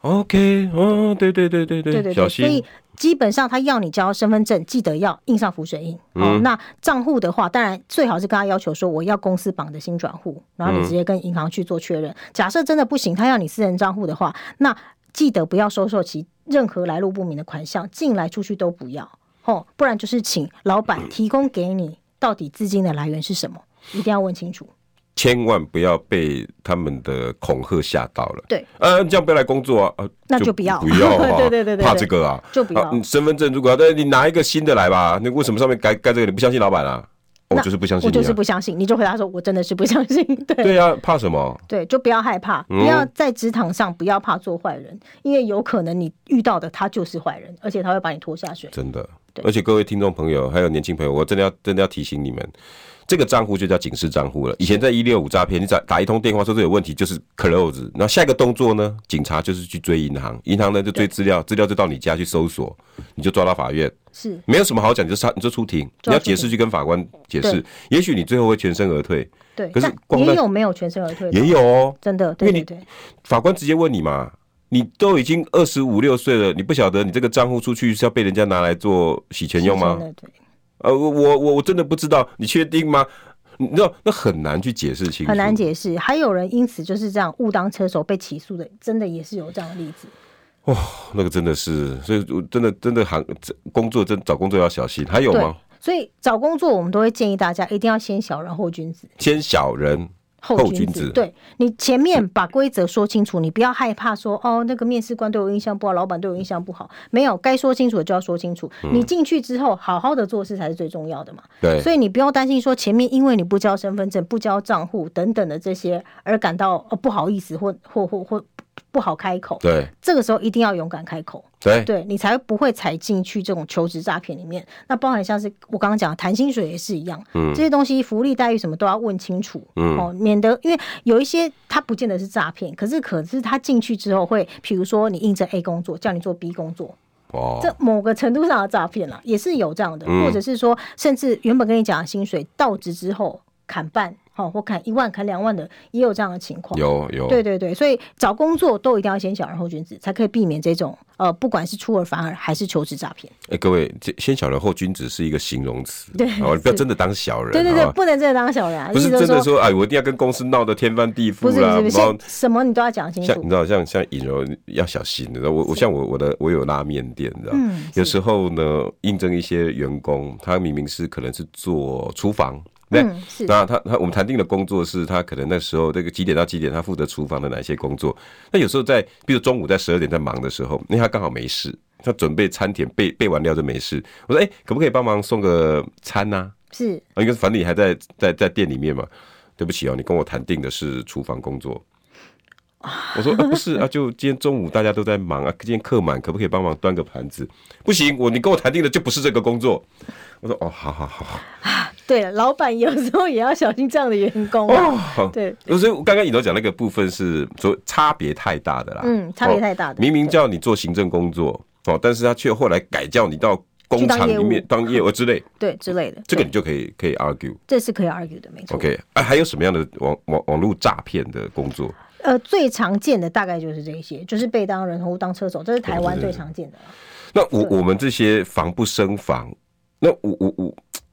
S1: OK，哦，对对对对
S2: 对
S1: 小
S2: 对对，所
S1: 心
S2: 以。基本上他要你交身份证，记得要印上浮水印。哦，
S1: 嗯
S2: 那账户的话，当然最好是跟他要求说我要公司绑的新转户，
S1: 嗯
S2: 然后你直接跟银行去做确认。假设真的不行，他要你私人账户的话，那记得不要收受其任何来路不明的款项，进来出去都不要哦，不然就是请老板提供给你到底资金的来源是什么，一定要问清楚。
S1: 千万不要被他们的恐吓吓到了。
S2: 对，
S1: 呃，这样不要来工作啊，呃，
S2: 那就不要
S1: 不要啊，
S2: 对对对对对
S1: 怕这个啊，
S2: 就不要
S1: 啊你身份证如果要，但你拿一个新的来吧，那为什么上面盖盖这个？你不相信老板啊？我
S2: 那
S1: 就是不相信
S2: 我
S1: 你、啊，
S2: 就是不相信，你就回答说：“我真的是不相信。”对，
S1: 对啊，怕什么？
S2: 对，就不要害怕，不
S1: 嗯
S2: 要在职场上不要怕做坏人，因为有可能你遇到的他就是坏人，而且他会把你拖下水。
S1: 真的。
S2: 对
S1: 而且各位听众朋友，还有年轻朋友，我真的要真的要提醒你们，这个账户就叫警示账户了。以前在一六五诈骗，你打打一通电话说这有问题，就是 close。那下一个动作呢，警察就是去追银行，银行呢就追资料，资料就到你家去搜索，你就抓到法院。
S2: 是
S1: 没有什么好讲，你就上你就出庭，你
S2: 就要
S1: 要
S2: 出庭
S1: 解释去跟法官解释
S2: 对，
S1: 也许你最后会全身而退，
S2: 对，
S1: 可是
S2: 但
S1: 光
S2: 也
S1: 在
S2: 有没有全身而退的，
S1: 也有哦。
S2: 真的，
S1: 因
S2: 对
S1: 为
S2: 对
S1: 你
S2: 对，
S1: 法官直接问你嘛，你都已经二十五六岁了，你不晓得你这个账户出去是要被人家拿来做洗钱用吗
S2: 真？的对，
S1: 呃，我我我我真的不知道，你确定吗？你知道那很难去解释清楚，
S2: 很难解释。还有人因此就是这样误当车手被起诉的，真的也是有这样的例子。
S1: 那个真的是，所以我真的真的行这工作真找工作要小心。还有
S2: 对
S1: 吗？，
S2: 所以找工作我们都会建议大家一定要先小人后君子。
S1: 先小人
S2: 后
S1: 后
S2: 君
S1: 君
S2: 子，
S1: 子
S2: 对你前面把规则说清楚，你不要害怕说哦，那个面试官对我印象不好，老板对我印象不好，没有该说清楚的就要说清楚。你进去之后，好好的做事才是最重要的嘛。
S1: 嗯对
S2: 所以你不要担心说前面因为你不交身份证、不交账户等等的这些而感到哦不好意思或或或或不好开口。
S1: 对
S2: 这个时候一定要勇敢开口。
S1: 对
S2: 对你才不会踩进去这种求职诈骗里面。那包含像是我刚刚讲的谈薪水也是一样，嗯，这些东西福利待遇什么都要问清楚，嗯，哦，免得因为有一些他不见得是诈骗，可是可是他进去之后会，比如说你应征 A 工作，叫你做 B 工作，
S1: 哦，
S2: 这某个程度上的诈骗啦，也是有这样的，或者是说，甚至原本跟你讲的薪水到职之后砍半，哦，或砍一万、砍两万的，也有这样的情况，
S1: 有有
S2: 对对对，所以找工作都一定要先小人后君子，才可以避免这种呃，不管是出尔反尔还是求职诈骗。
S1: 哎、各位，这先小人后君子是一个形容词，
S2: 对
S1: 哦，你不要
S2: 是
S1: 真的当小人，
S2: 对对对
S1: 好，吧
S2: 不能真的当小人、啊，
S1: 不是
S2: 意思就
S1: 真的
S2: 说
S1: 说，哎，我一定要跟公司闹得天翻地覆
S2: 不是
S1: 啦，
S2: 不是，
S1: 然后
S2: 现什么你都要讲清
S1: 像你
S2: 楚。
S1: 知道，像像尹柔要小心，你知道，我我像我我的我有拉面店，你知
S2: 嗯
S1: 道，有时候呢，应征一些员工，他明明是可能是做厨房。对，
S2: 嗯是
S1: 那他他我们谈定的工作是他可能那时候这个几点到几点他负责厨房的哪些工作。那有时候在，比如中午在十二点在忙的时候，因为他刚好没事，他准备餐点备备完料就没事。我说哎、可不可以帮忙送个餐呐、啊？
S2: 是
S1: 应该是反正你还在在在店里面嘛。对不起哦，你跟我谈定的是厨房工作。我说、啊、不是啊，就今天中午大家都在忙啊，今天客满，可不可以帮忙端个盘子？不行，我你跟我谈定的就不是这个工作。我说哦，好好好好。
S2: 对，老板有时候也要小心这样的员工啊。
S1: 哦
S2: 对，
S1: 所以我刚刚你头讲那个部分是说差别太大的啦，
S2: 嗯差别太大的
S1: 哦明明叫你做行政工作哦，但是他却后来改叫你到工厂里面
S2: 去
S1: 当业务之类，
S2: 对之类的，
S1: 这个
S2: 对
S1: 你就可以可以 argue。
S2: 这是可以 argue 的，没错。
S1: OK，啊，还有什么样的网网网络诈骗的工作？
S2: 呃，最常见的大概就是这一些，就是被当人头当车手，这是台湾最常见的了。啊
S1: 那我
S2: 嗯
S1: 我们这些防不胜防，那我我我，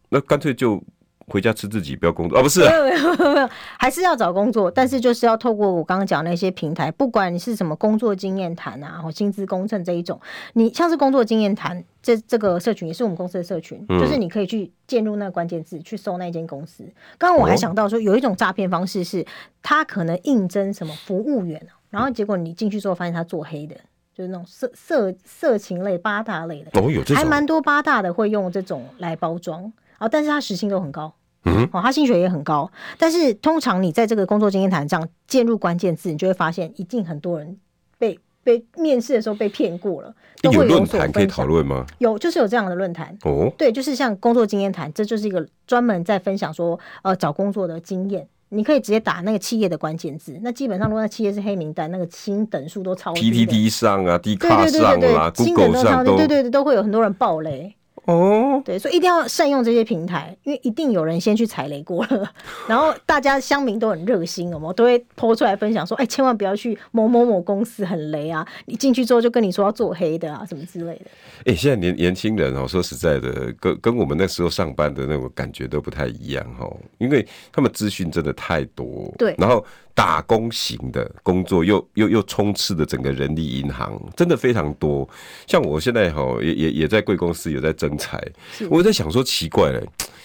S1: 那干脆就回家吃自己，不要工作啊？不是啊、
S2: 没有没有没有，还是要找工作，但是就是要透过我刚刚讲那些平台，不管你是什么工作经验谈啊，或薪资公证这一种，你像是工作经验谈这这个社群也是我们公司的社群，就是你可以去进入那个关键字去搜那间公司。刚刚我还想到说，有一种诈骗方式是他可能应征什么服务员，然后结果你进去之后发现他做黑的。就是那种色色色情类、八大类的，
S1: 哦，有这
S2: 还
S1: 种
S2: 蛮多八大的会用这种来包装啊，但是他时薪都很高。
S1: 嗯，
S2: 哦，他薪水也很高，但是通常你在这个工作经验谈上进入关键字，你就会发现一定很多人被被面试的时候被骗过了，都
S1: 有
S2: 会
S1: 论
S2: 有所
S1: 坛可以
S2: 分
S1: 讨
S2: 享。
S1: 论吗？
S2: 有就是有这样的论坛，
S1: 哦，
S2: 对，就是像工作经验谈，这就是一个专门在分享说，呃，找工作的经验。你可以直接打那个企业的关键字，那基本上如果那企业是黑名单，那个薪等数都超低的。
S1: PTT 上啊，D
S2: 对
S1: 卡
S2: 对对
S1: 上
S2: 对
S1: 啦
S2: 对，等
S1: ，Google 上
S2: 对
S1: 都
S2: 对对对，都会有很多人爆雷。
S1: 哦，
S2: 对，所以一定要善用这些平台，因为一定有人先去踩雷过了，然后大家乡民都很热心，我们都会抛出来分享说，哎，千万不要去某某某公司很雷啊，你进去之后就跟你说要做黑的啊，什么之类的。
S1: 哎、现在年年轻人哦，说实在的，跟跟我们那时候上班的那种感觉都不太一样哦，因为他们资讯真的太多，
S2: 对
S1: 然后打工型的工作又又又充斥着整个人力银行，真的非常多。像我现在哈、哦，也也也在贵公司有在征才，我在想说奇怪嘞，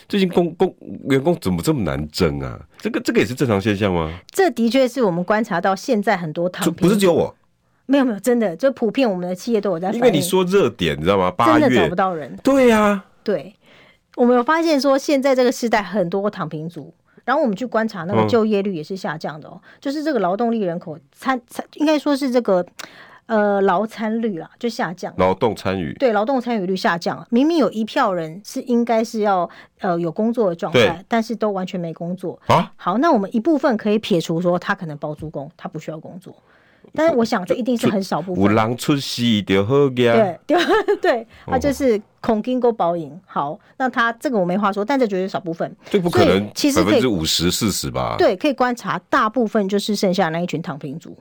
S1: 最近工工员工怎么这么难争啊？这个这个也是正常现象吗？
S2: 这的确是我们观察到现在很多躺
S1: 就
S2: 平，
S1: 不是只有我，
S2: 没有没有，真的就普遍我们的企业都有在反
S1: 因
S2: 映，
S1: 为你说热点，你知道吗？八
S2: 真的找
S1: 月
S2: 不，到人，
S1: 对啊呀、
S2: 对，我们有发现说，现在这个时代很多躺平族，然后我们去观察那个
S1: 嗯
S2: 就业率也是下降的哦，就是这个劳动力人口参参，应该说是这个呃劳参率啊就下降了。
S1: 劳动参与。
S2: 对劳动参与率下降了，明明有一票人是应该是要呃有工作的状态
S1: 对，
S2: 但是都完全没工作。
S1: 啊，
S2: 好，那我们一部分可以撇除说他可能包租公，他不需要工作，但是我想这一定是很少部分
S1: 有。人出息就好呀。
S2: 对对 对，
S1: 哦
S2: 他就是恐惊过保赢。好，那他这个我没话说，但这绝对是少部分。
S1: 这不可
S2: 所
S1: 能
S2: 以，其实
S1: 百
S2: 可
S1: 分
S2: 以
S1: 之五十、四十吧？，
S2: 对，可以观察，大部分就是剩下那一群躺平族，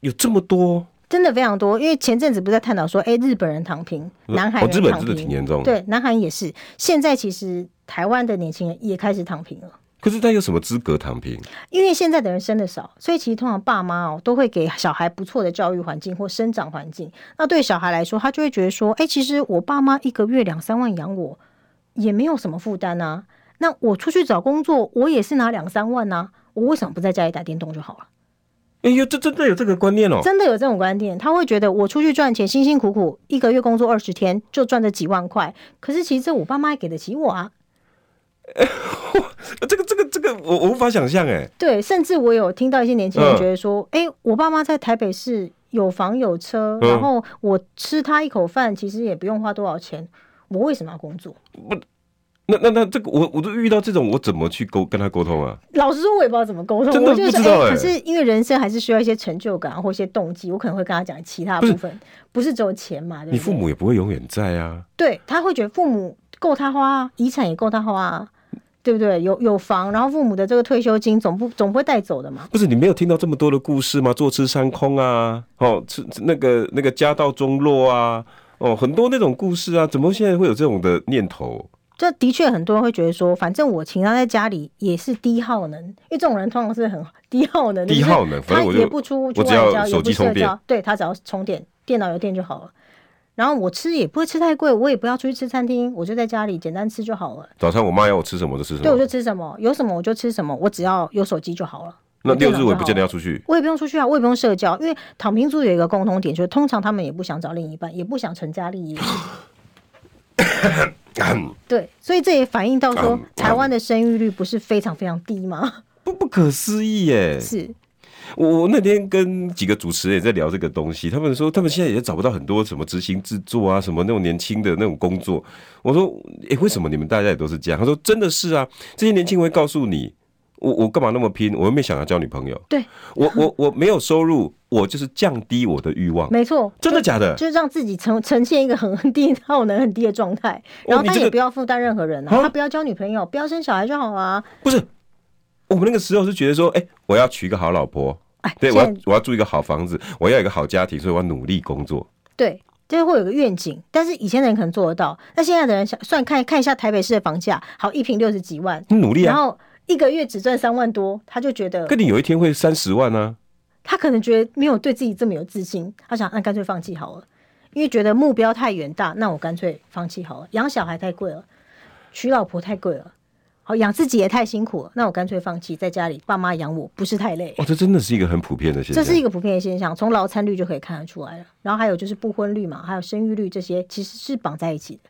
S1: 有这么多，
S2: 真的非常多。因为前阵子不是在探讨说，哎，日本人躺平，南韩
S1: 哦，
S2: 人
S1: 日本
S2: 躺
S1: 真的挺
S2: 平，
S1: 严重的。，
S2: 对，南韩也是。现在其实台湾的年轻人也开始躺平了。
S1: 可是他有什么资格躺平？
S2: 因为现在的人生的少，所以其实通常爸妈哦都会给小孩不错的教育环境或生长环境。那对小孩来说，他就会觉得说，哎，其实我爸妈一个月两三万养我，也没有什么负担啊。那我出去找工作，我也是拿两三万呐、我为什么不在家里打电动就好了？
S1: 哎呦，这真的有这个观念哦。
S2: 真的有这种观念，他会觉得我出去赚钱，辛辛苦苦一个月工作二十天就赚这几万块，可是其实这我爸妈也给得起我啊。
S1: 这个、这个、这个，我我无法想象哎。
S2: 对，甚至我有听到一些年轻
S1: 嗯
S2: 人觉得说，哎、我爸妈在台北市有房有车，
S1: 嗯
S2: 然后我吃他一口饭，其实也不用花多少钱，我为什么要工作？
S1: 那、那、那，这个我我都遇到这种，我怎么去沟跟他沟通啊？
S2: 老实说，我也不知道怎么沟
S1: 真
S2: 通，
S1: 的
S2: 我就
S1: 不
S2: 是
S1: 知道
S2: 哎
S1: 哎
S2: 可是因为人生还是需要一些成就感或一些动机，我可能会跟他讲其他部分，不是只有钱嘛，对不
S1: 你
S2: 对
S1: 父母也不会永远在啊。
S2: 对他会觉得父母够他花啊，遗产也够他花啊，对不对？有有房，然后父母的这个退休金总不总不会带走的嘛。
S1: 不是你没有听到这么多的故事吗？坐吃山空啊，哦，吃那个那个家道中落啊，哦，很多那种故事啊，怎么现在会有这种的念头？
S2: 这的确很多人会觉得说，反正我平常在家里也是低耗能，因为这种人通常是很低耗能的，
S1: 低耗能
S2: 就是
S1: 反正我
S2: 他
S1: 就
S2: 也不出去
S1: 我只
S2: 外
S1: 要
S2: 交，也
S1: 手
S2: 不
S1: 机充
S2: 社
S1: 电
S2: 交，对他只要充电，电脑有电就好了。然后我吃也不会吃太贵，我也不要出去吃餐厅，我就在家里简单吃就好了。
S1: 早餐我妈要我吃什么就吃什
S2: 对，我就
S1: 么，
S2: 吃什么，有什么我就吃什么，我只要有手机就好了。
S1: 那
S2: 有电
S1: 六
S2: 脑
S1: 日
S2: 就
S1: 我也不见得
S2: 好
S1: 要
S2: 了。
S1: 出去。
S2: 我也不用出去啊，我也不用社交，因为躺平族有一个共通点，就是通常他们也不想找另一半，也不想成家立业。哦对，所以这也反映到说
S1: 嗯，
S2: 台湾的生育率不是非常非常低吗？
S1: 不不可思议耶！
S2: 是，
S1: 我我那天跟几个主持人也在聊这个东西，他们说他们现在也找不到很多什么执行制作啊，什么那种年轻的那种工作。我说，诶、为什么你们大家也都是这样？他说，真的是啊，这些年轻人会告诉你，我我干嘛那么拼？我又没想要交女朋友，
S2: 对，
S1: 我我我没有收入，我就是降低我的欲望。
S2: 没错，
S1: 真的假的？
S2: 就是让自己呈呈现一个很很低耗能很低的状态，然
S1: 哦
S2: 后
S1: 你
S2: 他
S1: 这
S2: 也
S1: 个
S2: 不要负担任何人啊，
S1: 啊
S2: 他不要交女朋友，不要生小孩就好啊。
S1: 不是，我们那个时候是觉得说，哎、我要娶一个好老婆，
S2: 哎，
S1: 对
S2: 现
S1: 我要
S2: 在
S1: 我要住一个好房子，我要有一个好家庭，所以我要努力工作。
S2: 对，就是会有个愿景，但是以前的人可能做得到，那现在的人想算看看一下台北市的房价，好一平六十几万，
S1: 你努力
S2: 然
S1: 啊，
S2: 后一个月只赚三万多，他就觉得
S1: 跟你有一天会三十万啊。
S2: 他可能觉得没有对自己这么有自信，他想那干脆放弃好了，因为觉得目标太远大，那我干脆放弃好了。养小孩太贵了，娶老婆太贵了，好养自己也太辛苦了，那我干脆放弃，在家里爸妈养我不是太累。
S1: 哇，这真的哦是一个很普遍的现
S2: 这
S1: 象。
S2: 是一个普遍的现象，从劳参率就可以看得出来了。然后还有就是不婚率嘛，还有生育率这些，其实是绑在一起的。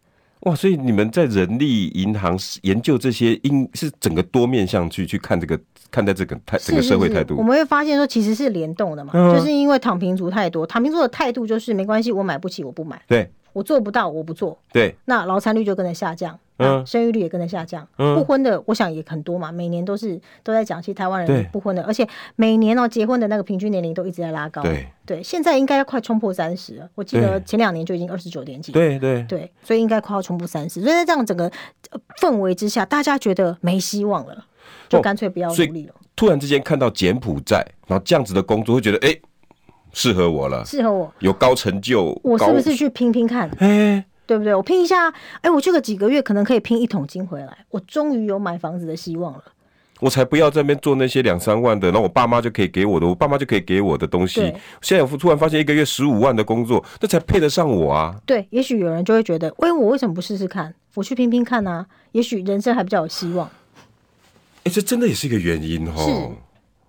S1: 哇，所以你们在人力银行研究这些因是整个多面向去去看这个看待这个态整个
S2: 是
S1: 社会
S2: 是
S1: 态
S2: 是
S1: 度。
S2: 我们会发现说其实是联动的嘛，
S1: 嗯
S2: 就是因为躺平族太多，躺平族的态度就是没关系，我买不起我不买，
S1: 对
S2: 我做不到我不做，
S1: 对，
S2: 那劳参率就跟着下降，
S1: 嗯
S2: 嗯，生育率也跟着下降，
S1: 嗯
S2: 不婚的我想也很多嘛，每年都是都在讲，其实台湾
S1: 对
S2: 人不婚的，而且每年哦、结婚的那个平均年龄都一直在拉高，
S1: 对
S2: 现在应该要快冲破三十了，我记得
S1: 对
S2: 前两年就已经二十九点几，
S1: 对对，
S2: 对，所以应该快要冲破三十，所以在这样整个呃氛围之下，大家觉得没希望了，就
S1: 哦
S2: 干脆不要
S1: 所以
S2: 努力了，
S1: 突然之间看到柬埔寨，然后这样子的工作，会觉得哎，适合我了，
S2: 适合我，
S1: 有高成就，
S2: 哦我
S1: 高
S2: 是不是去拼拼看？
S1: 哎，
S2: 对不对？我拼一下，哎，我去个几个月，可能可以拼一桶金回来，我终于有买房子的希望了。
S1: 我才不要在那边做那些两三万的，然后我爸妈就可以给我的，我爸妈就可以给我的东西
S2: 对。
S1: 现在我突然发现一个月十五万的工作，那才配得上我啊！
S2: 对，也许有人就会觉得，哎、我为什么不试试看？我去拼拼看啊，也许人生还比较有希望。
S1: 哎，这真的也是一个原因哦
S2: 是。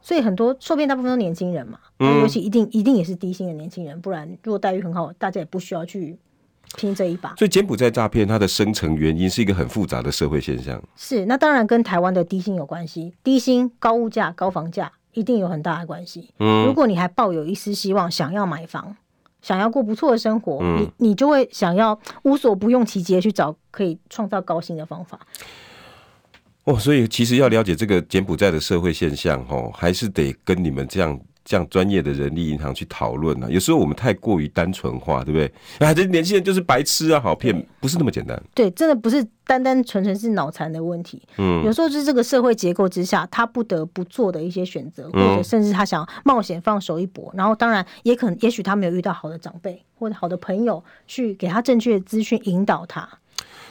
S2: 所以很多受骗大部分都年轻人嘛，尤其一定一定也是低薪的年轻人，不然如果待遇很好，大家也不需要去拼这一把。
S1: 所以柬埔寨诈骗它的生成原因是一个很复杂的社会现象。
S2: 是，那当然跟台湾的低薪有关系，低薪、高物价、高房价一定有很大的关系。如果你还抱有一丝希望，想要买房，想要过不错的生活，你你就会想要无所不用其极地去找可以创造高薪的方法。
S1: 哦，所以其实要了解这个柬埔寨的社会现象，哦，还是得跟你们这样这样专业的人力银行去讨论啊呢、有时候我们太过于单纯化，对不对？啊，这年轻人就是白痴啊，好骗，不是那么简单。
S2: 对，真的不是单单纯纯是脑残的问题，嗯，有时候是这个社会结构之下，他不得不做的一些选择，或者甚至他想冒险放手一搏，然后当然也可能，也许他没有遇到好的长辈或者好的朋友去给他正确的资讯引导他，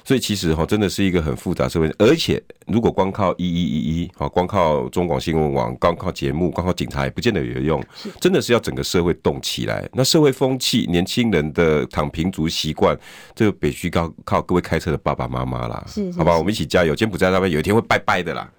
S1: 所以其实哈，真的是一个很复杂社会，而且如果光靠一一一一，哈，光靠中广新闻网，光靠节目，光靠警察也不见得有用，真的是要整个社会动起来。那社会风气，年轻人的躺平族习惯，这个必须靠靠各位开车的爸爸妈妈啦，
S2: 是是
S1: 好吧？
S2: 是
S1: 我们一起加油，柬埔寨那边有一天会拜拜的啦。